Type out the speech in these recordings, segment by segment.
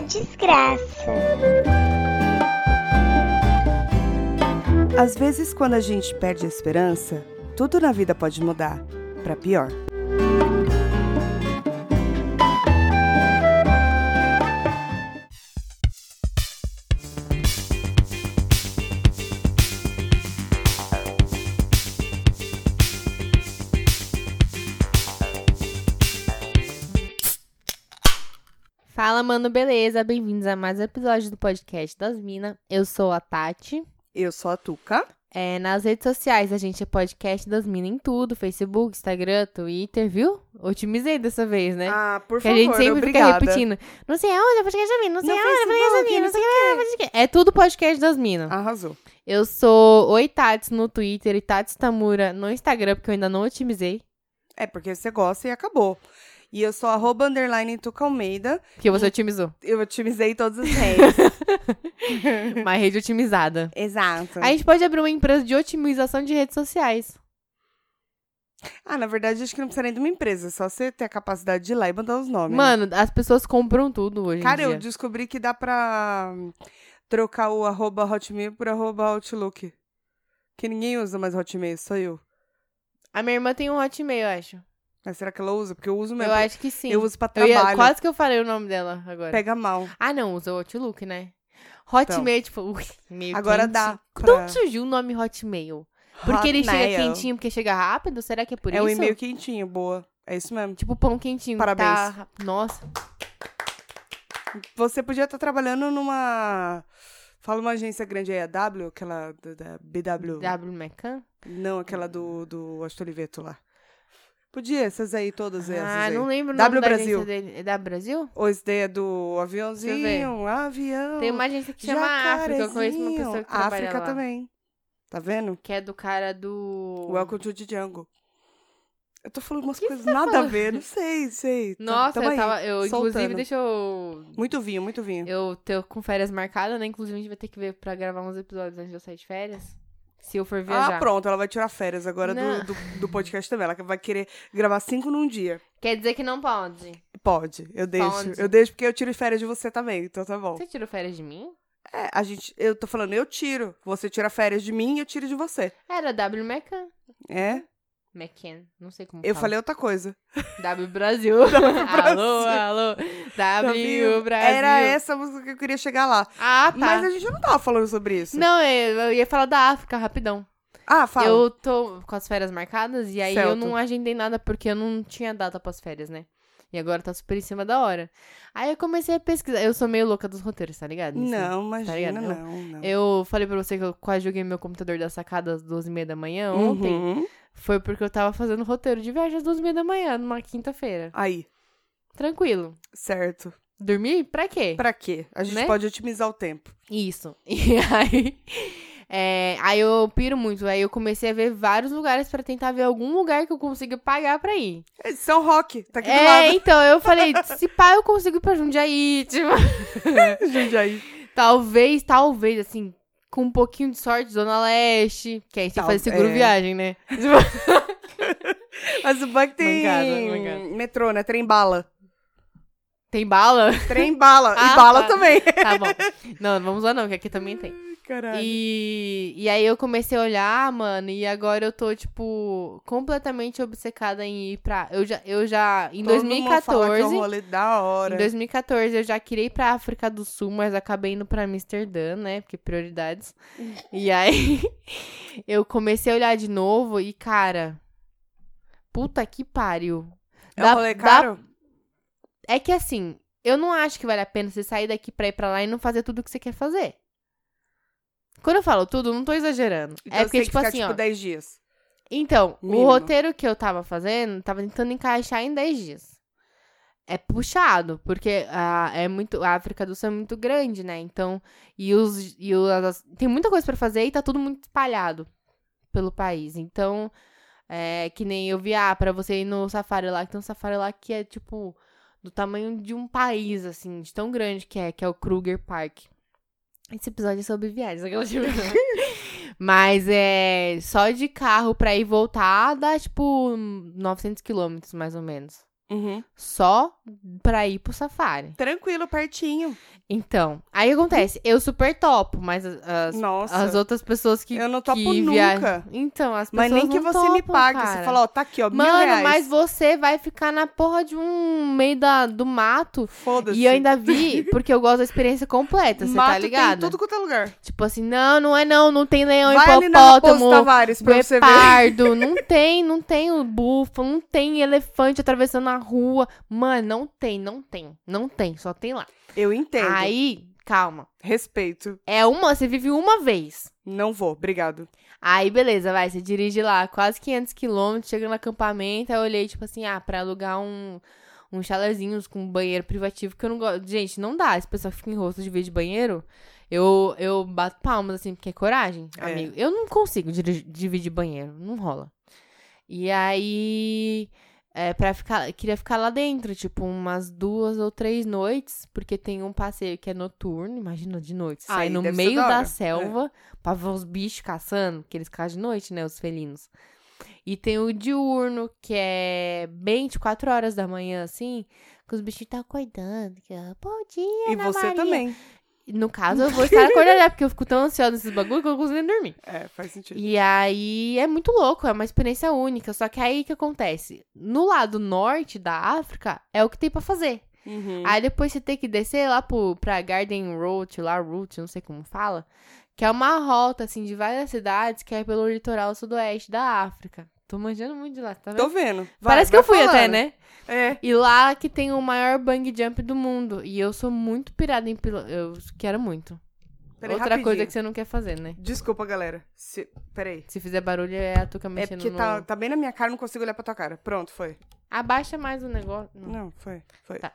desgraça. Às vezes, quando a gente perde a esperança, tudo na vida pode mudar para pior. Fala, mano, beleza? Bem-vindos a mais um episódio do podcast das Minas. Eu sou a Tati. Eu sou a Tuca. É, nas redes sociais, a gente é podcast das Minas em tudo: Facebook, Instagram, Twitter, viu? Otimizei dessa vez, né? Ah, por que a gente sempre fica repetindo. Não sei aonde é o podcast das Minas, não sei No aonde é o podcast das Facebook, não Minas, não sei aonde é o podcast. É tudo podcast das Minas. Arrasou. Eu sou Oi Tats no Twitter e Tats Tamura no Instagram, porque eu ainda não otimizei. É porque você gosta e acabou. E eu sou arroba underline Tuca Almeida. Porque você otimizou. Eu otimizei todas as redes. Uma rede otimizada. Exato. A gente pode abrir uma empresa de otimização de redes sociais. Ah, na verdade, acho que não precisa nem de uma empresa. é Só você ter a capacidade de ir lá e mandar os nomes. né? Mano, as pessoas compram tudo hoje Cara, em eu dia. descobri que dá pra hum, trocar o arroba Hotmail por arroba Outlook. Que ninguém usa mais Hotmail, sou eu. A minha irmã tem um Hotmail, eu acho. Mas será que ela usa? Porque eu uso mesmo. Eu acho que sim. Eu uso pra Eu ia- trabalho. quase que eu falei o nome dela agora. Pega mal. Ah, não, usa o Outlook, né? Hotmail, tipo, ui, meio Então. Agora quente. dá. Pra... De onde surgiu o nome Hotmail? Porque ele chega Hotmail. quentinho, porque chega rápido? Será que é por É isso? um e-mail quentinho, boa. É isso mesmo. Tipo, pão quentinho. Parabéns. Tá... Nossa. Você podia estar trabalhando numa. Fala uma agência grande aí, a W, aquela da, da BW. W. McCann? Não, aquela do, do Astro Oliveto lá. Podia, essas aí, todas essas. Ah, aí. não lembro o nome W da Brasil. agência dele. É W Brasil? Ou esse daí é do aviãozinho, avião. Tem uma agência que chama África. Eu conheço uma pessoa que trabalha África lá. também. Tá vendo? Que é do cara do... Welcome to the jungle. Eu tô falando umas Tipo, que coisas você tá nada a falando? ver, não sei, sei. Tá- Nossa, tamo eu aí, tava... Eu, inclusive, soltando. deixa eu... Muito vinho, muito vinho. Eu tô com férias marcadas, né? Inclusive, a gente vai ter que ver pra gravar uns episódios antes de eu sair de férias. Se eu for viajar. Ah, pronto, ela vai tirar férias agora Não. do, do, do podcast também. Ela vai querer gravar cinco num dia. Quer dizer que não pode. Pode, Tá eu deixo. Pode. Eu deixo porque eu tiro férias de você também, então tá bom. Você tirou férias de mim? É, a gente, eu tô falando, eu tiro. Você tira férias de mim, eu tiro de você. Era W Mecan. É? McCann, não sei como Eu fala. falei outra coisa. W Brasil. Brasil. alô, alô. W Brasil. Tá Era essa música que eu queria chegar lá. Ah, tá. Mas a gente não tava falando sobre isso. Não, eu eu ia falar da África rapidão. Ah, fala. Eu tô com as férias marcadas e aí eu Certo. não agendei nada porque eu não tinha data pras férias, né? E agora tá super em cima da hora. Aí eu comecei a pesquisar. Eu sou meio louca dos roteiros, tá ligado? Nisso, né? Não, imagina, ligado? não, não. Eu falei pra você que eu quase joguei meu computador da sacada às 12h30 da manhã ontem. Uhum. Foi porque eu tava fazendo roteiro de viagem às 12h30 da manhã, numa quinta-feira. Aí, Tranquilo. certo. Dormir? Pra quê? Pra quê? A gente Né? pode otimizar o tempo. Isso. E aí. é, aí eu piro muito. Aí eu comecei a ver vários lugares pra tentar ver algum lugar que eu consiga pagar pra ir. É, São Roque, tá aqui É, do então, eu falei, se pá, eu consigo ir pra Jundiaí. Tipo, lado. gente aí. talvez, talvez, assim, com um pouquinho de sorte, Zona Leste. Que aí a gente tem Tal- que fazer seguro é. viagem, né? Mas o Buck tem Mancada, mancada. metrô, né? Trem bala. Tem bala? Trem bala. Ah, e bala tá. também. Tá bom. Não, não vamos lá não, que aqui também tem. Caralho. E, e aí eu comecei a olhar, mano, e agora eu tô, tipo, completamente obcecada em ir pra... Eu já... Eu já em Todo mundo fala que é um 2014... rolê da hora. Em 2014 eu já queria ir pra África do Sul, mas acabei indo pra Amsterdã, né? Porque prioridades. Uhum. e aí eu comecei a olhar de novo e, cara. Puta que pariu. É um rolê caro? É que assim, eu não acho que vale a pena você sair daqui pra ir pra lá e não fazer tudo o que você quer fazer. Quando eu falo tudo, eu não tô exagerando. Então é você tem porque, que tipo ficar, assim, tipo, ó. 10 dias. Então, o Mínimo. roteiro que eu tava fazendo, tava tentando encaixar em 10 dias. É puxado, porque a, é muito, a África do Sul é muito grande, né? Então, e os, e o- as- tem muita coisa pra fazer e tá tudo muito espalhado pelo país. Então, é que nem eu vi, ah, pra você ir no safari lá, que tem um safari lá que é, tipo, do tamanho de um país, assim, de tão grande que é, que é o Kruger Park. Esse episódio é sobre viagens, aquela de... Mas é só de carro pra ir e voltar dá tipo 900 quilômetros, mais ou menos. Uhum. só pra ir pro safari. Tranquilo, pertinho. Então, aí acontece, eu super topo, mas as, Nossa. as outras pessoas que. Eu não topo que nunca. Então, as pessoas. Mas nem que não você me topam, pague. Você cara. fala, ó, tá aqui, ó, mil Mano, reais. mas você vai ficar na porra de um meio da, do mato. Foda-se. E eu ainda vi, porque eu gosto da experiência completa, você Mato tá ligado? Tem tudo quanto é lugar. Tipo assim, não, não é não, não tem leão Vai ali na Raposo tá hipopótamo, Tavares pra você ver. leopardo, não tem, não tem o búfalo, não tem elefante atravessando a rua. Mano, não tem, não tem, não tem, só tem lá. Eu entendo. Aí, calma. Respeito. É uma, você vive uma vez. Não vou, obrigado. Aí, beleza, vai, você dirige lá quase 500 quilômetros, chega no acampamento, aí eu olhei, tipo assim, ah, pra alugar um, um chalezinho com banheiro privativo, que eu não gosto. Gente, não dá, esse pessoal que fica em rosto de vez de banheiro, eu, eu bato palmas, assim, porque é coragem, É. amigo. Eu não consigo diri- dividir banheiro, não rola. E aí, é, pra ficar, queria ficar lá dentro, tipo, umas duas ou três noites, porque tem um passeio que é noturno, imagina, de noite, Ah, sai aí no deve ser meio da da hora. selva pra ver os bichos caçando, que eles caçam de noite, né? Os felinos. E tem o diurno, que é bem de 4 horas da manhã, assim, que os bichinhos estão acordando. Que, ó, Bom dia, E Ana você Maria." também. E No caso, eu vou estar acordada, né, porque eu fico tão ansiosa nesses bagulho que eu não consigo nem dormir. É, faz sentido. E aí é muito louco, é uma experiência única. Só que aí o que acontece? No lado norte da África é o que tem pra fazer. Uhum. Aí depois você tem que descer lá pro, pra Garden Road, lá Route, não sei como fala, que é uma rota, assim, de várias cidades que é pelo litoral sudoeste da África. Tô manjando muito de lá, tá vendo? Tô vendo. Então Vai, Parece que vai eu fui até, falando. né? É. E lá que tem o maior bang jump do mundo. E eu sou muito pirada em piloto. Eu quero muito. Peraí, Outra rapidinho. coisa que você não quer fazer, né? Desculpa, galera. Se... Peraí. Se fizer barulho, é a Tuca É mexendo porque no... tá, tá bem na minha cara, não consigo olhar pra tua cara. Pronto, foi. Abaixa mais o negócio. Não. Não, foi. Foi. Hum. Tá.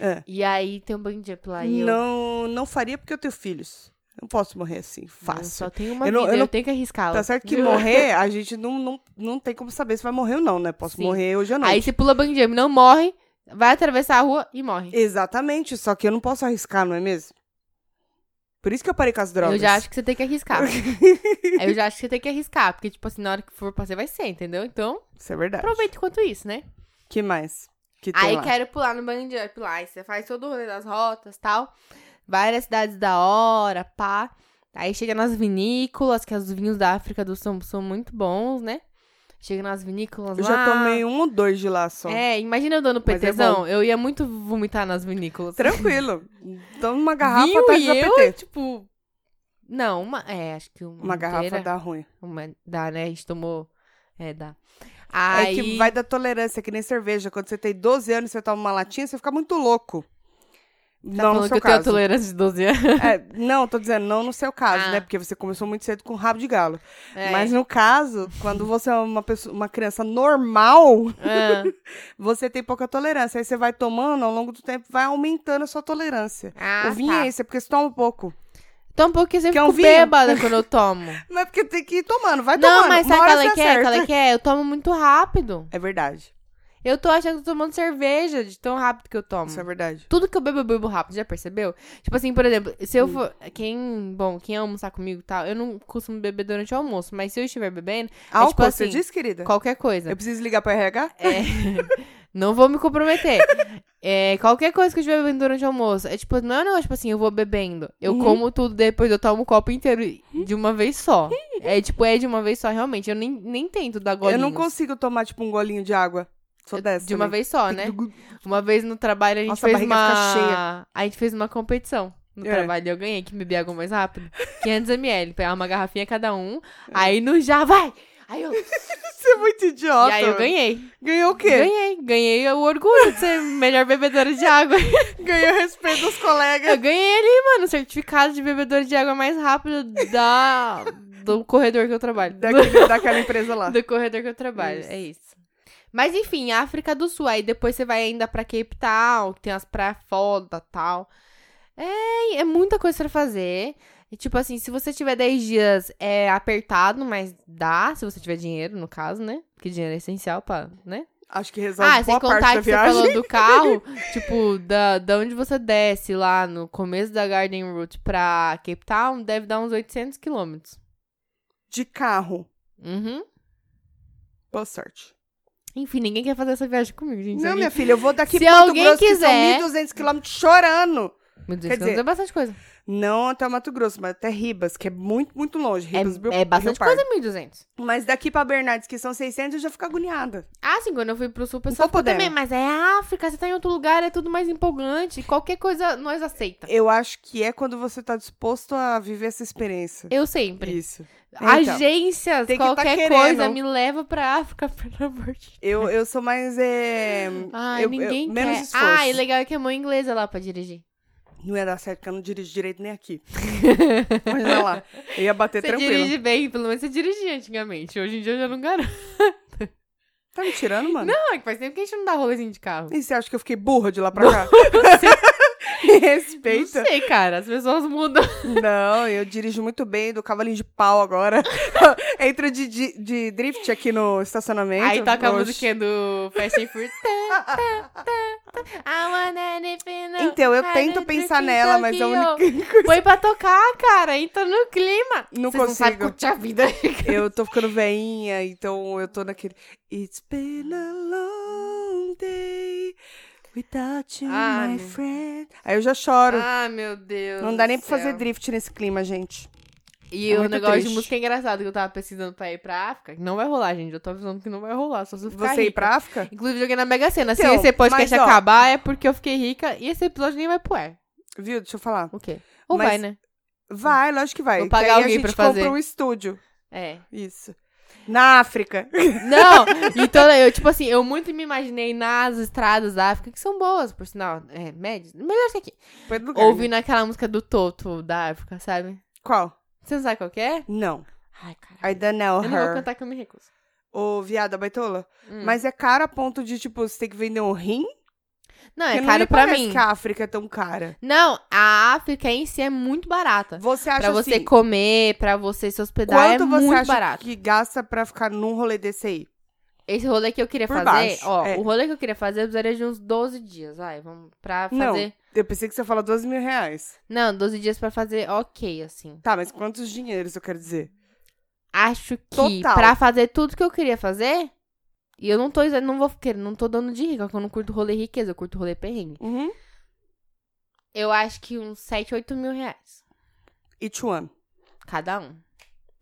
É. E aí tem um bang jump lá. E eu- Não, não faria porque eu tenho filhos. Não posso morrer assim, Eu fácil. só tenho uma Eu não- vida, eu eu, não- tenho que arriscá-la. Tá certo que morrer, a gente não, não, não tem como saber se vai morrer ou não, né? Posso Sim. morrer hoje ou não. Aí você pula bang jump, não morre, vai atravessar a rua e morre. Exatamente, só que eu não posso arriscar, não é mesmo? Por isso que eu parei com as drogas. Eu já acho que você tem que arriscar. eu já acho que você tem que arriscar, porque, tipo assim, na hora que for pra você vai ser, entendeu? Então, Isso é verdade. aproveita enquanto isso, né? Que mais? Que tem Aí lá? quero pular no bungee jump lá, aí você faz todo o rolê das rotas tal. Várias cidades da hora, pá. Aí chega nas vinícolas, que os vinhos da África do Sul são muito bons, né? Chega nas vinícolas Eu lá. já tomei um ou dois de lá só. É, imagina eu dando Mas é petezão. eu ia muito vomitar nas vinícolas. Tranquilo. Toma uma garrafa Vinho tá e eu, PT. tipo. Não, uma. É, acho que uma. Uma garrafa inteira. dá ruim. Uma, dá, né? A gente tomou. É, dá. Aí, É que vai da tolerância, que nem cerveja. Quando você tem 12 anos e você toma uma latinha, você fica muito louco. tá não no falando que seu eu tenho a caso. tolerância de 12 anos. É, não, tô dizendo não no seu caso, Ah. né? Porque você começou muito cedo com um rabo de galo. É. Mas no caso, quando você é uma, pessoa, uma criança normal, Ah, você tem pouca tolerância. Aí você vai tomando, ao longo do tempo, vai aumentando a sua tolerância. ah, o vinho tá. é esse, é porque você toma um pouco. Então, um pouco que eu sempre Quer um fico vinho? bêbada quando eu tomo. Mas é porque tem que ir tomando, vai não, tomando. mas uma sabe hora aquela você que é? acerta. Aquela que é? Eu tomo muito rápido. É verdade. Eu tô achando que eu tô tomando cerveja de tão rápido que eu tomo. Isso é verdade. Tudo que eu bebo, eu bebo rápido, já percebeu? Tipo assim, por exemplo, se Hum. eu for. Quem. Bom, quem almoçar comigo e tal, eu não costumo beber durante o almoço, mas se eu estiver bebendo, Álcool, você assim, é? diz, querida? qualquer coisa. Eu preciso ligar pra RH? Não vou me comprometer. É, qualquer coisa que eu estiver bebendo durante o almoço. É tipo, não é não, tipo assim, eu vou bebendo. Eu Uhum. como tudo, depois eu tomo o copo inteiro de uma vez só. É tipo, é de uma vez só, realmente. Eu nem, nem tento dar golinhos. Eu não consigo tomar, tipo, um golinho de água. Sou dessa. De uma também. vez só, né? Uma vez no trabalho a gente Nossa, a fez barriga uma. fica A gente fez uma competição. No É. trabalho eu ganhei que bebi água mais rápido. 500 ml, pegar uma garrafinha cada um. É. Aí no já vai. Aí eu, e Você é muito idiota. aí eu mano. ganhei. Ganhou o quê? Ganhei. Ganhei o orgulho de ser melhor bebedora de água. Ganhei o respeito dos colegas. Eu ganhei ali, mano, o certificado de bebedora de água mais rápido da do corredor que eu trabalho. Daquele, daquela empresa lá. Do corredor que eu trabalho, Isso. é isso. Mas enfim, África do Sul, aí depois você vai ainda pra Cape Town, que tem as praias foda tal. É, é muita coisa pra fazer. E, tipo assim, se você tiver 10 dias, é apertado, mas dá, se você tiver dinheiro, no caso, né? Porque dinheiro é essencial pra, né? Acho que resolve Ah, sem boa parte contar da que você viagem. falou do carro, tipo, da, da onde você desce lá no começo da Garden Route pra Cape Town, deve dar uns 800 quilômetros. De carro. Uhum. Boa sorte. Enfim, ninguém quer fazer essa viagem comigo, gente. Não, Alguém- minha filha, eu vou daqui Se pro Mato alguém Grosso, quiser- que são 1.200 quilômetros, chorando. Meu Deus, quer quilômetros dizer, é bastante coisa. Não até o Mato Grosso, mas até Ribas, que é muito, muito longe. Ribas, Rio- É, é Rio bastante Pardo. coisa, 1.200. Mas daqui pra Bernardes, que são 600, eu já fico agoniada. Ah, sim, quando eu fui pro sul, o Não pessoal tô ficou também. podendo. Mas é África, você tá em outro lugar, é tudo mais empolgante. Qualquer coisa, nós aceita. Eu acho que é quando você tá disposto a viver essa experiência. Eu sempre. Isso. Então, Agências, tem que tá qualquer querendo. coisa, me leva pra África, pelo amor de Deus. eu, eu sou mais. É... Ai, eu- eu- ninguém quer. menos esforço. Ah, e legal é que a mãe inglesa lá pra dirigir. Não ia dar certo, porque eu não dirijo direito nem aqui. Mas olha lá. Eu ia bater Você É tranquilo. dirige bem, pelo menos você dirigia antigamente. Hoje em dia eu já não garanto. Tá me tirando, mano? Não, é que faz tempo que a gente não dá rolezinho de carro. E você acha que eu fiquei burra de lá pra cá? Me Respeita. Não sei, cara. As pessoas mudam. Não, eu dirijo muito bem, do cavalinho de pau agora. Entro de, de, de drift aqui no estacionamento. Aí toca a Oxe. musiquinha do Fast and Furious. Tá, tá, tá, tá. I wanna live in a- Então, eu I tento wanna pensar live in nela, mas a Tokyo. única Foi pra tocar, cara. Entra no clima. Não Vocês Não sabem consigo. curtir a vida. Eu tô ficando veinha, então eu tô naquele. It's been a long day without you, Ah, my não. friend. Aí eu já choro. Ah, meu Deus. não do dá nem pra céu. fazer drift nesse clima, gente. E É o muito negócio de triste. música é engraçado que eu tava pesquisando pra ir pra África. que Não vai rolar, gente. Eu tô avisando que não vai rolar. Só se eu ficar Você ir rica. pra África? Inclusive, joguei na Mega Sena. Então, Se esse podcast mas, ó- acabar, é porque eu fiquei rica e esse episódio nem vai pro ar. Viu? Deixa eu falar. O quê? Ou Mas- vai, né? Vai, lógico que vai. Vou Que aí pagar alguém a gente pra fazer. compra um estúdio. É. Isso. Na África. Não! Então, eu, tipo assim, eu muito me imaginei nas estradas da África, que são boas, por sinal, é, médias. Melhor que aqui. Foi do lugar. Ouvindo aquela música do Toto da África, sabe? Qual? Você não sabe qual que é? Não. Ai, cara. I don't know Eu não vou her. cantar que eu me recuso. Ô, viada baitola. Hum. Mas é caro a ponto de, tipo, você ter que vender um rim? Não, Porque é não caro me pra parece mim. que a África é tão cara. Não, a África em si é muito barata. Você acha Pra você assim, comer, pra você se hospedar, Quanto é você muito acha barato. que gasta pra ficar num rolê desse aí? Esse rolê que eu queria Por fazer, baixo, ó, é. o rolê que eu queria fazer eu precisaria de uns 12 dias, vai, vamos pra Não. fazer... Eu pensei que você ia falar 12 mil reais. Não, 12 dias pra fazer ok, assim. Tá, mas quantos dinheiros eu quero dizer? Acho que Total. pra fazer tudo que eu queria fazer, e eu não tô, exa- não vou querer, não tô dando de rica, porque eu não curto rolê riqueza, eu curto rolê perrengue. Uhum. Eu acho que uns 7, 8 mil reais, Each one. cada um.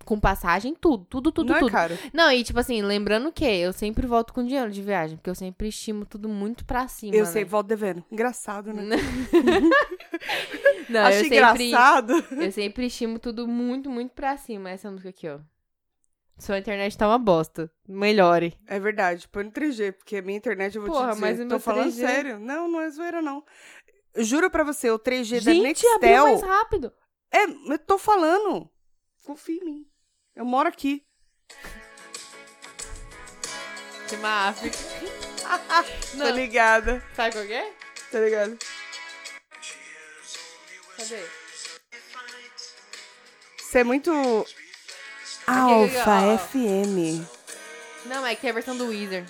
Com passagem, tudo, tudo, tudo, Não tudo. é caro. Não, e tipo assim, lembrando que eu sempre volto com dinheiro de viagem, porque eu sempre estimo tudo muito pra cima. eu né? sei, volto devendo. Engraçado, né? Não, Achei eu sempre, engraçado. eu sempre estimo tudo muito, muito pra cima. Essa música aqui, ó. Sua internet tá uma bosta. Melhore. É verdade, põe no 3G, porque a minha internet eu vou Porra, te dizer. mas o Tô meu falando 3G. sério. Não, não é zoeira, não. Juro pra você, o 3G da Gente, abriu Nextel... mais rápido. É, eu tô falando. Confia em mim. Eu moro aqui. Chama África. Tá Não, ligada. sabe qual que é? Tá ligado? Cadê? Você é muito... aqui, ó, ó. Alfa FM. Não, é que é a versão do Weezer.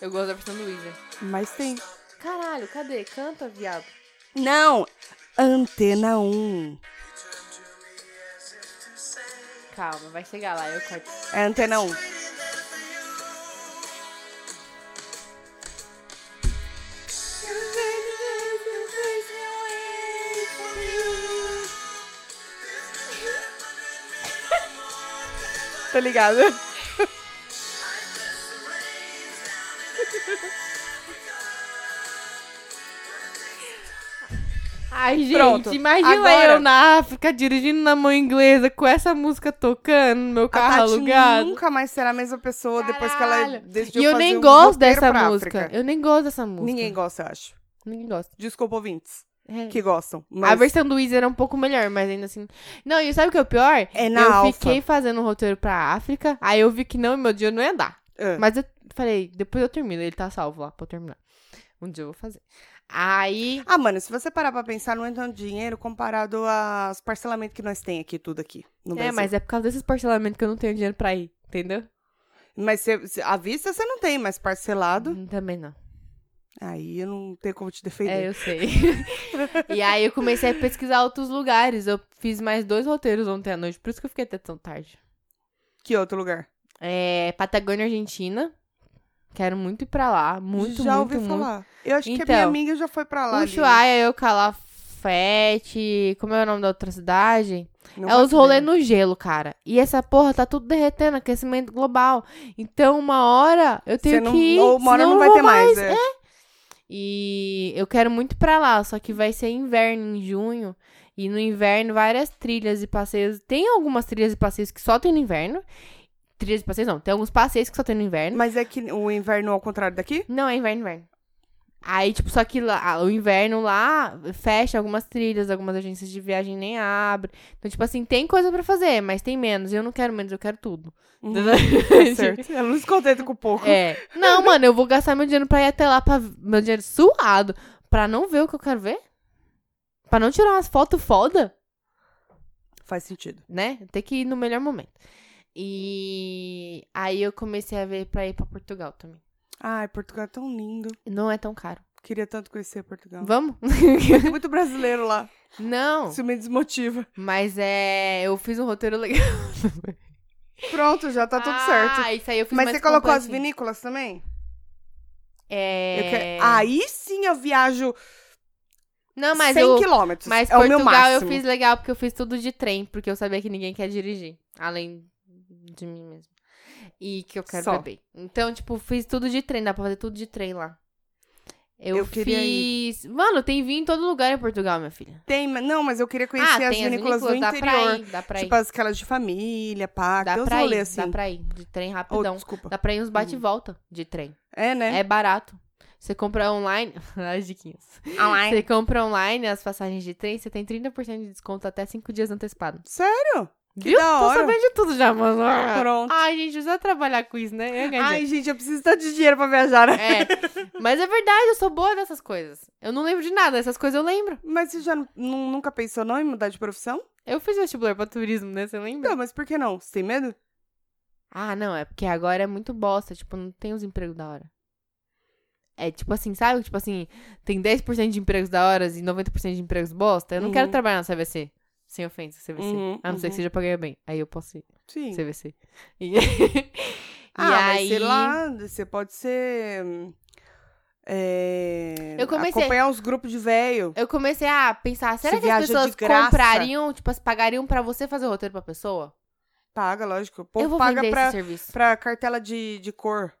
Eu gosto da versão do Weezer. Mas tem. Caralho, cadê? Canta, viado. Não! Antena 1. Calma, vai chegar lá, eu corto. É Antena 1. Tá ligado? Ai, gente, Pronto, imagina agora- eu na África dirigindo na mão inglesa com essa música tocando no meu a carro Tati Tá alugado. nunca mais será a mesma pessoa depois que ela Caralho. decidiu E eu fazer nem um gosto roteiro dessa pra música. África. Eu nem gosto dessa música. Ninguém gosta, eu acho. Ninguém gosta. Desculpa, ouvintes, É. que gostam. A mas versão do Weezer é um pouco melhor, mas ainda assim. Não, e sabe o que é o pior? É na eu Alfa. fiquei fazendo um roteiro pra África, aí eu vi que não, meu dia não ia dar. É. Mas eu falei, depois eu termino, ele tá salvo lá pra eu terminar. Um dia eu vou fazer. Aí. Ah, mano, se você parar pra pensar, não é tanto dinheiro comparado aos parcelamentos que nós tem aqui, tudo aqui no É, Brasil. mas é por causa desses parcelamentos que eu não tenho dinheiro pra ir, entendeu? Mas cê- cê- à vista você não tem, mas parcelado, Hum, Também não. aí eu não tenho como te defender. É, eu sei. e aí eu comecei a pesquisar outros lugares. Eu fiz mais dois roteiros ontem à noite, por isso que eu fiquei até tão tarde. Que outro lugar? É, Patagônia Argentina. Quero muito ir pra lá. Muito, já muito, ouvi muito. falar. Eu acho que a minha Então, amiga já foi pra lá. né? Ushuaia, eu Calafete, como é o nome da outra cidade? Lili. Não é os faço rolê ideia. no gelo, cara. E essa porra tá tudo derretendo, aquecimento global. Então, uma hora eu tenho Você não, que ir, ou uma hora senão não vai eu vou ter mais. é. E eu quero muito pra lá, só que vai ser inverno em junho. E no inverno, várias trilhas e passeios. Tem algumas trilhas e passeios que só tem no inverno. Trilhas e passeios não, tem alguns passeios que só tem no inverno. Mas é que o inverno ao contrário daqui? Não, é inverno, inverno. Aí, tipo, só que lá, o inverno lá fecha algumas trilhas, algumas agências de viagem nem abrem. Então, tipo assim, tem coisa pra fazer, mas tem menos. E Eu não quero menos, eu quero tudo. Tá certo. Eu não se contento com pouco. É. Não, mano, eu vou gastar meu dinheiro pra ir até lá, pra, meu dinheiro suado, pra não ver o que eu quero ver. Pra não tirar umas fotos foda, Faz sentido. né? Tem que ir no melhor momento. E aí eu comecei a ver pra ir pra Portugal também. Ai, Portugal é tão lindo. Não é tão caro. Queria tanto conhecer Portugal. Vamos? Tem muito brasileiro lá. não. Isso me desmotiva. Mas é. Eu fiz um roteiro legal. Pronto, já tá tudo certo. Ah, isso aí eu fiz Mas mais você colocou as completinho. vinícolas também? É. Eu Ah, quero- Aí sim eu viajo Não, mas 100 eu. quilômetros. Mas é o meu Portugal eu máximo. fiz legal porque eu fiz tudo de trem, porque eu sabia que ninguém quer dirigir, além de mim mesmo. E que eu quero Só. beber. Então, tipo, fiz tudo de trem, dá pra fazer tudo de trem lá. Eu, Eu queria ir. fiz. Mano, tem vinho em todo lugar em Portugal, minha filha. Tem, mas- não, mas eu queria conhecer ah, as tem vinícolas do dá pra interior. ir, dá pra ir. Tipo aquelas de família, pá, dá tem uns pra ir, rolês assim. dá pra ir. De trem Oh, rapidão. desculpa. Hum. Dá pra ir uns bate e volta de trem. É, né? É barato. Você compra online. As diquinhas. Online. Você compra online as passagens de trem, você tem 30% de desconto até 5 dias antecipado. Sério? Que Viu? da Tô hora. sabendo Ah, de tudo já, mano. Pronto. Ai, gente, precisa trabalhar com isso, né? Eu ganhei. Ai, gente, eu preciso tanto de dinheiro pra viajar, né? É. Mas é verdade, eu sou boa nessas coisas. Eu não lembro de nada, essas coisas eu lembro. Mas você já nu- nu- nunca pensou não em mudar de profissão? Eu fiz vestibular pra turismo, né? Você lembra? Não, mas por que não? Você tem medo? Ah, não, é porque agora é muito bosta. Tipo, não tem os empregos da hora. É tipo assim, sabe? Tipo assim, tem 10% de empregos da hora e 90% de empregos bosta. Eu não Uhum. quero trabalhar na CVC. Sem ofensa, CVC. Uhum, a não ser que uhum. seja pra ganhar bem. Aí eu posso ir. Sim. CVC. E, Ah, mas e sei lá, você pode ser... hum, é, Eu comecei- Acompanhar uns grupos de véio. Eu comecei a pensar, será Se que as viaja de pessoas graça. comprariam, tipo, as pagariam pra você fazer o roteiro pra pessoa? Paga, lógico. O eu povo vou paga vender pra, esse serviço. pra cartela de, de cor.